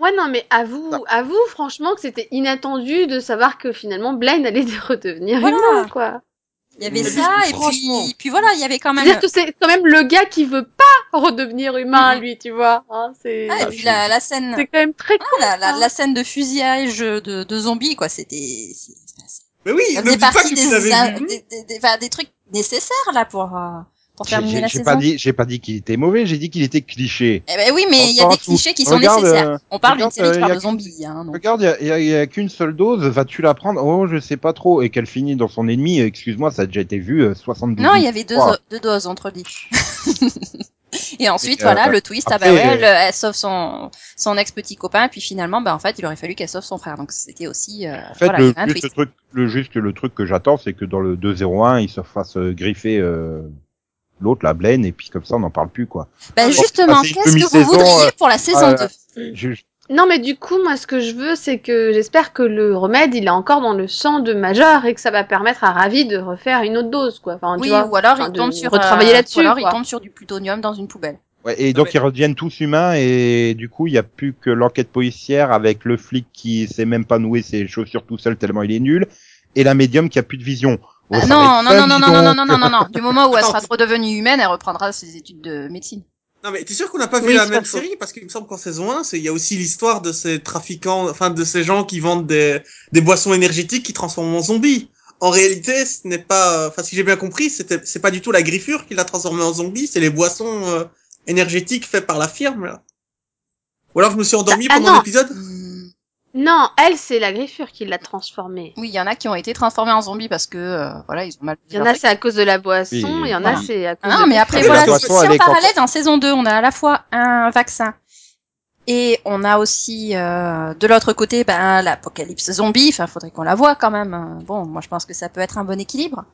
Speaker 2: Ouais, non, mais avoue,
Speaker 1: Non.
Speaker 2: avoue, franchement, que c'était inattendu de savoir que finalement Blaine allait redevenir
Speaker 5: Voilà.
Speaker 2: humain, quoi.
Speaker 5: Il y avait
Speaker 3: Mais
Speaker 5: ça, et
Speaker 3: franchement.
Speaker 5: puis, puis voilà, il y avait quand même.
Speaker 2: C'est-à-dire que c'est quand même le gars qui veut pas redevenir humain, lui, tu vois. Hein, c'est
Speaker 5: Ah, et puis la, la scène,
Speaker 2: c'est quand même très
Speaker 5: ah, la, la,
Speaker 2: hein.
Speaker 5: la scène de fusillage de, de zombies, quoi, c'était. c'est- c'est-
Speaker 3: Mais oui,
Speaker 5: Ça
Speaker 3: ne dis
Speaker 5: faisait
Speaker 3: pas
Speaker 5: partie
Speaker 3: que tu
Speaker 5: des,
Speaker 3: l'avais vu.
Speaker 5: des, des, des- enfin, des trucs nécessaires, là, pour, euh, pour
Speaker 1: J'ai-
Speaker 5: terminer la
Speaker 1: J'ai j'ai
Speaker 5: saison.
Speaker 1: pas dit j'ai pas dit qu'il était mauvais j'ai dit qu'il était cliché.
Speaker 5: Eh ben oui, mais il y a
Speaker 1: Dans
Speaker 5: des
Speaker 1: le sens où-
Speaker 5: clichés qui sont
Speaker 1: regarde,
Speaker 5: nécessaires.
Speaker 1: euh,
Speaker 5: On parle d'une
Speaker 1: regarde,
Speaker 5: série qui
Speaker 1: euh,
Speaker 5: parle
Speaker 1: y a
Speaker 5: de zombies, hein, donc.
Speaker 1: Regarde, il y a, y a qu'une seule dose, vas-tu la prendre Oh, je sais pas trop. Et qu'elle finit dans son ennemi, euh, excuse-moi, ça a déjà été vu euh, 72
Speaker 5: Non, il
Speaker 1: mille
Speaker 5: y avait deux,
Speaker 1: fois.
Speaker 5: o- deux doses entre les. et ensuite,
Speaker 1: Mais, euh,
Speaker 5: voilà, le twist, ah bah
Speaker 1: après,
Speaker 5: ouais,
Speaker 1: euh,
Speaker 5: elle, elle sauve son, son ex-petit copain, puis finalement, bah en fait, il aurait fallu qu'elle sauve son frère. Donc c'était aussi, euh,
Speaker 1: En fait,
Speaker 5: voilà, il y
Speaker 1: le,
Speaker 5: avait un
Speaker 1: juste
Speaker 5: twist.
Speaker 1: le truc, le, juste le truc que j'attends, c'est que dans le 2-0-1, il se fasse euh, griffer euh, l'autre, la blaine, et puis comme ça, on n'en parle plus, quoi.
Speaker 5: Bah
Speaker 2: Ouais.
Speaker 5: justement,
Speaker 1: Ah, c'est une
Speaker 5: qu'est-ce que vous
Speaker 1: demi-saison,
Speaker 5: voudriez
Speaker 1: euh,
Speaker 5: pour la saison
Speaker 1: euh,
Speaker 5: 2
Speaker 1: Je- je-
Speaker 2: Non, mais du coup, moi, ce que je veux, c'est que j'espère que le remède, il est encore dans le sang de Major et que ça va permettre à Ravi de refaire une autre dose, quoi. Enfin, tu
Speaker 5: Oui,
Speaker 2: vois,
Speaker 5: ou alors
Speaker 2: enfin,
Speaker 5: ils
Speaker 2: de
Speaker 5: tombent sur,
Speaker 2: retravailler
Speaker 5: euh,
Speaker 2: là-dessus,
Speaker 5: ou alors ils
Speaker 2: quoi.
Speaker 5: tombent sur du plutonium dans une poubelle.
Speaker 1: ouais, et
Speaker 3: Non,
Speaker 1: donc
Speaker 3: mais-
Speaker 1: ils reviennent tous humains, et du coup, il n'y a plus que l'enquête policière avec le flic qui sait même pas nouer ses chaussures tout seul tellement il est nul, et la médium qui a plus de vision. Oh,
Speaker 5: Ah,
Speaker 1: ça va
Speaker 5: non,
Speaker 1: être
Speaker 5: non,
Speaker 1: fun,
Speaker 5: non, non,
Speaker 1: dis
Speaker 5: non, non,
Speaker 1: donc.
Speaker 5: non, non, non, non, non. Du moment où elle
Speaker 3: Attends,
Speaker 5: sera
Speaker 3: c'est-
Speaker 5: trop devenue humaine, elle reprendra ses études de médecine.
Speaker 3: Non mais t'es sûr qu'on n'a pas vu
Speaker 2: Oui,
Speaker 3: la
Speaker 2: c'est
Speaker 3: même
Speaker 2: pas faux.
Speaker 3: série parce qu'il me semble qu'en saison 1, c'est- il y a aussi l'histoire de ces trafiquants, enfin de ces gens qui vendent des, des boissons énergétiques qui transforment en zombies. En réalité, ce n'est pas, enfin si j'ai bien compris, c'était c'est pas du tout la griffure qui l'a transformé en zombie, c'est les boissons euh, énergétiques faites par la firme. Là. Ou alors je me suis endormi
Speaker 2: Ah,
Speaker 3: pendant
Speaker 2: non.
Speaker 3: l'épisode.
Speaker 5: Hmm.
Speaker 2: Non, elle, c'est la griffure qui l'a transformée.
Speaker 5: Oui, il y en a qui ont été transformés en zombies parce que, euh, voilà, ils ont mal.
Speaker 2: Il y en a, c'est à cause de la boisson, il
Speaker 1: Oui,
Speaker 2: y en
Speaker 5: voilà.
Speaker 2: a, c'est à cause
Speaker 5: Ah non,
Speaker 2: de...
Speaker 5: mais après,
Speaker 1: Mais
Speaker 5: voilà,
Speaker 1: la
Speaker 5: donc,
Speaker 1: boisson,
Speaker 5: si
Speaker 1: elle
Speaker 5: en
Speaker 1: est quand-
Speaker 5: parallèle, dans saison 2, on a à la fois un vaccin et on a aussi, euh, de l'autre côté, ben, l'apocalypse zombie. Enfin, faudrait qu'on la voie quand même. Euh, Bon, moi, je pense que ça peut être un bon équilibre.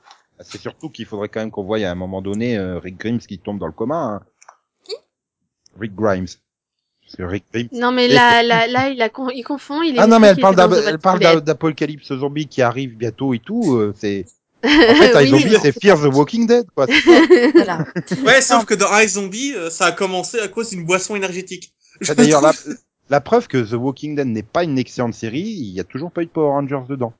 Speaker 1: C'est surtout qu'il faudrait quand même qu'on voie à un moment donné euh, Rick Grimes qui tombe dans le coma. hein.
Speaker 5: Qui
Speaker 1: Rick Grimes. Parce que Rick Grimes.
Speaker 2: Non, mais là, là, là, il, a con- il confond, il est...
Speaker 1: Ah non, mais elle
Speaker 2: il
Speaker 1: parle
Speaker 2: était dans
Speaker 1: d'ab-
Speaker 2: The
Speaker 1: elle parle
Speaker 2: Walking
Speaker 1: d'a-
Speaker 2: Dead.
Speaker 1: d'apocalypse zombie qui arrive bientôt et tout. euh, c'est en fait,
Speaker 2: Oui,
Speaker 1: les zombies,
Speaker 2: mais-
Speaker 1: c'est Fear the Walking Dead. Quoi.
Speaker 5: Voilà.
Speaker 3: Ouais, sauf que dans High Zombie, euh, ça a commencé à cause d'une boisson énergétique.
Speaker 1: C'est Bah, D'ailleurs, la, la preuve que The Walking Dead n'est pas une excellente série, il y a toujours pas eu de Power Rangers dedans.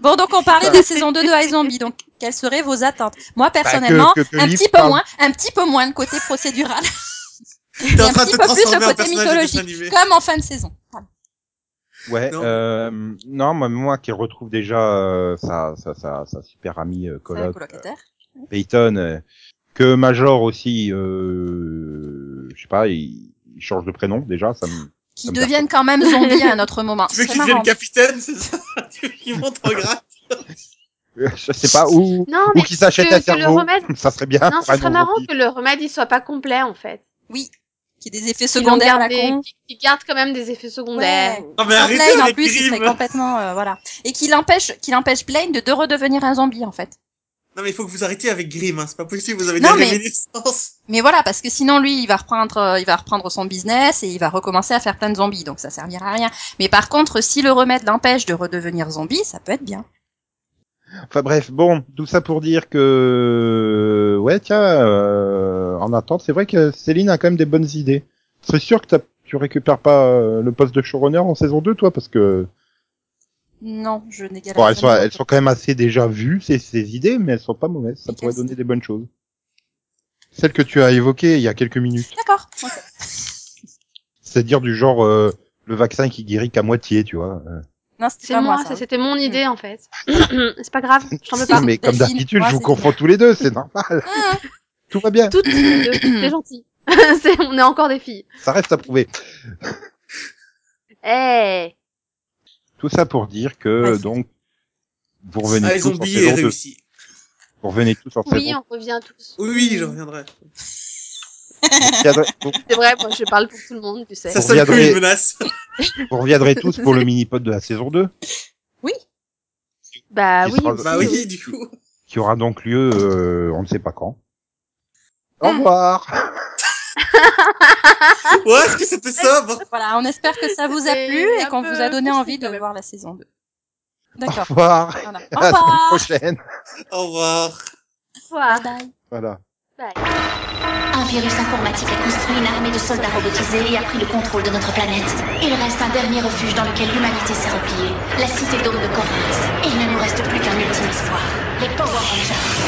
Speaker 5: Bon, donc, on parlait de la saison 2 de High Zombie. Donc, quelles seraient vos attentes? Moi,
Speaker 2: Bah,
Speaker 5: personnellement,
Speaker 1: Bah, que- que
Speaker 5: un
Speaker 1: Liv
Speaker 5: petit peu
Speaker 1: parle-
Speaker 5: moins, un petit peu moins le côté procédural,
Speaker 3: T'es en
Speaker 5: un
Speaker 3: train de
Speaker 5: petit
Speaker 3: te
Speaker 5: peu plus le
Speaker 3: transformer en
Speaker 5: côté
Speaker 3: personnage de dessin animé.
Speaker 5: comme en fin de saison. Voilà.
Speaker 1: Ouais.
Speaker 3: Non.
Speaker 1: Euh, non, moi, moi qui retrouve déjà euh, sa, sa, sa, sa super amie euh,
Speaker 5: C'est un
Speaker 1: coloc
Speaker 5: colocataire.
Speaker 1: Peyton, euh, que Major aussi, euh, je sais pas, il, il change de prénom déjà, ça me...
Speaker 5: Qui
Speaker 1: me
Speaker 5: deviennent quand même zombies à notre moment.
Speaker 3: Tu veux
Speaker 5: C'est
Speaker 3: qu'il devienne
Speaker 5: marrant.
Speaker 3: capitaine, c'est ça Tu veux qu'il monte en grade
Speaker 1: je sais pas, ou,
Speaker 2: Non,
Speaker 1: ou
Speaker 2: mais
Speaker 1: qui s'achète Ah,
Speaker 2: que-
Speaker 1: un
Speaker 2: que le
Speaker 1: cerveau,
Speaker 2: remède-
Speaker 1: ça serait bien.
Speaker 2: Non,
Speaker 1: pour
Speaker 2: ce
Speaker 1: un
Speaker 2: serait
Speaker 1: nouveau
Speaker 2: marrant
Speaker 1: type.
Speaker 2: que le remède il soit pas complet en fait.
Speaker 5: Oui. Qui a des effets
Speaker 2: Qu'ils l'ont
Speaker 5: secondaires à la
Speaker 2: gardé-
Speaker 5: con.
Speaker 2: Qui, qui garde quand même des effets secondaires.
Speaker 5: Ouais.
Speaker 3: Non mais
Speaker 5: Sans
Speaker 3: arrêtez
Speaker 5: Blaine, en
Speaker 3: avec
Speaker 5: plus, il
Speaker 3: Grimm
Speaker 5: serait complètement, euh, voilà. Et qu'il empêche, qu'il empêche Blaine de, de redevenir un zombie, en fait.
Speaker 3: Non mais il faut que vous arrêtiez avec Grimm, hein. c'est pas possible, vous avez
Speaker 5: Non,
Speaker 3: des
Speaker 5: mais-
Speaker 3: réminiscences.
Speaker 5: Mais voilà, parce que sinon, lui, il va reprendre, euh, il va reprendre son business et il va recommencer à faire plein de zombies, donc ça servira à rien. Mais par contre, si le remède l'empêche de redevenir zombie, ça peut être bien.
Speaker 1: Enfin bref, bon, tout ça pour dire que ouais, tiens, euh, en attente, c'est vrai que Céline a quand même des bonnes idées. C'est sûr que t'as- tu récupères pas euh, le poste de showrunner en saison 2, toi, parce que
Speaker 5: Non, je n'ai
Speaker 1: bon, elles sont, elles sont quand même assez déjà vues ces, ces idées, mais elles sont pas mauvaises. Ça pourrait
Speaker 5: Efficace.
Speaker 1: donner des bonnes choses. Celle que tu as évoquée il y a quelques minutes,
Speaker 5: D'accord. ok.
Speaker 1: c'est-à-dire du genre euh, le vaccin qui guérit qu'à moitié, tu vois. euh.
Speaker 5: Non, c'était
Speaker 2: C'est
Speaker 5: pas
Speaker 2: moi,
Speaker 5: moi, ça.
Speaker 2: ça, Hmm. c'était mon idée en fait. c'est pas grave, je t'en veux
Speaker 1: Non,
Speaker 2: pas.
Speaker 1: mais comme
Speaker 5: Delphine,
Speaker 1: d'habitude,
Speaker 5: Ah, moi,
Speaker 1: je vous
Speaker 5: c'est-
Speaker 1: confonds tous les deux, c'est normal.
Speaker 5: Mmh.
Speaker 1: Tout va bien,
Speaker 2: Toutes les deux, c'est gentil. C'est- on est encore des filles.
Speaker 1: ça reste à prouver.
Speaker 2: Eh,
Speaker 1: Tout ça pour dire que
Speaker 5: Ouais.
Speaker 1: donc vous revenez
Speaker 3: Ah, les
Speaker 1: tous en
Speaker 3: zombies est
Speaker 1: saison 2.
Speaker 3: réussi.
Speaker 1: Vous revenez tous en
Speaker 2: oui,
Speaker 1: saison
Speaker 2: on revient tous.
Speaker 3: Oui, oui, je reviendrai.
Speaker 1: 2. Vous,
Speaker 2: C'est vrai, moi je parle pour tout le monde, tu sais.
Speaker 3: Ça
Speaker 1: Vous
Speaker 3: sonne comme
Speaker 1: reviendrez.
Speaker 3: une menace.
Speaker 1: vous reviendrez tous pour le mini-pod de la saison 2,
Speaker 2: Bah
Speaker 1: Qui
Speaker 2: oui,
Speaker 1: sera-
Speaker 2: aussi,
Speaker 3: bah
Speaker 2: oui.
Speaker 3: oui, du coup.
Speaker 1: qui aura donc lieu, euh, on ne sait pas quand. Au revoir.
Speaker 3: Ouais, est-ce que c'était sobre
Speaker 5: Voilà, on espère que ça vous a
Speaker 2: C'était
Speaker 5: plu et
Speaker 2: un
Speaker 5: qu'on
Speaker 2: peu
Speaker 5: vous a donné
Speaker 2: foncé,
Speaker 5: envie de
Speaker 2: quand même.
Speaker 5: voir la saison 2.
Speaker 1: Au
Speaker 5: D'accord.
Speaker 1: revoir.
Speaker 5: Voilà. Au
Speaker 1: À la semaine
Speaker 5: revoir.
Speaker 1: prochaine.
Speaker 3: Au revoir.
Speaker 2: Voir.
Speaker 5: Bye bye.
Speaker 1: Voilà.
Speaker 2: Bye.
Speaker 6: Un virus informatique a construit une armée de soldats robotisés et a pris le contrôle de notre planète. Il reste un dernier refuge dans lequel l'humanité s'est repliée, la cité dôme de Corinthe. Et il ne nous reste plus qu'un ultime espoir, les Power Rangers.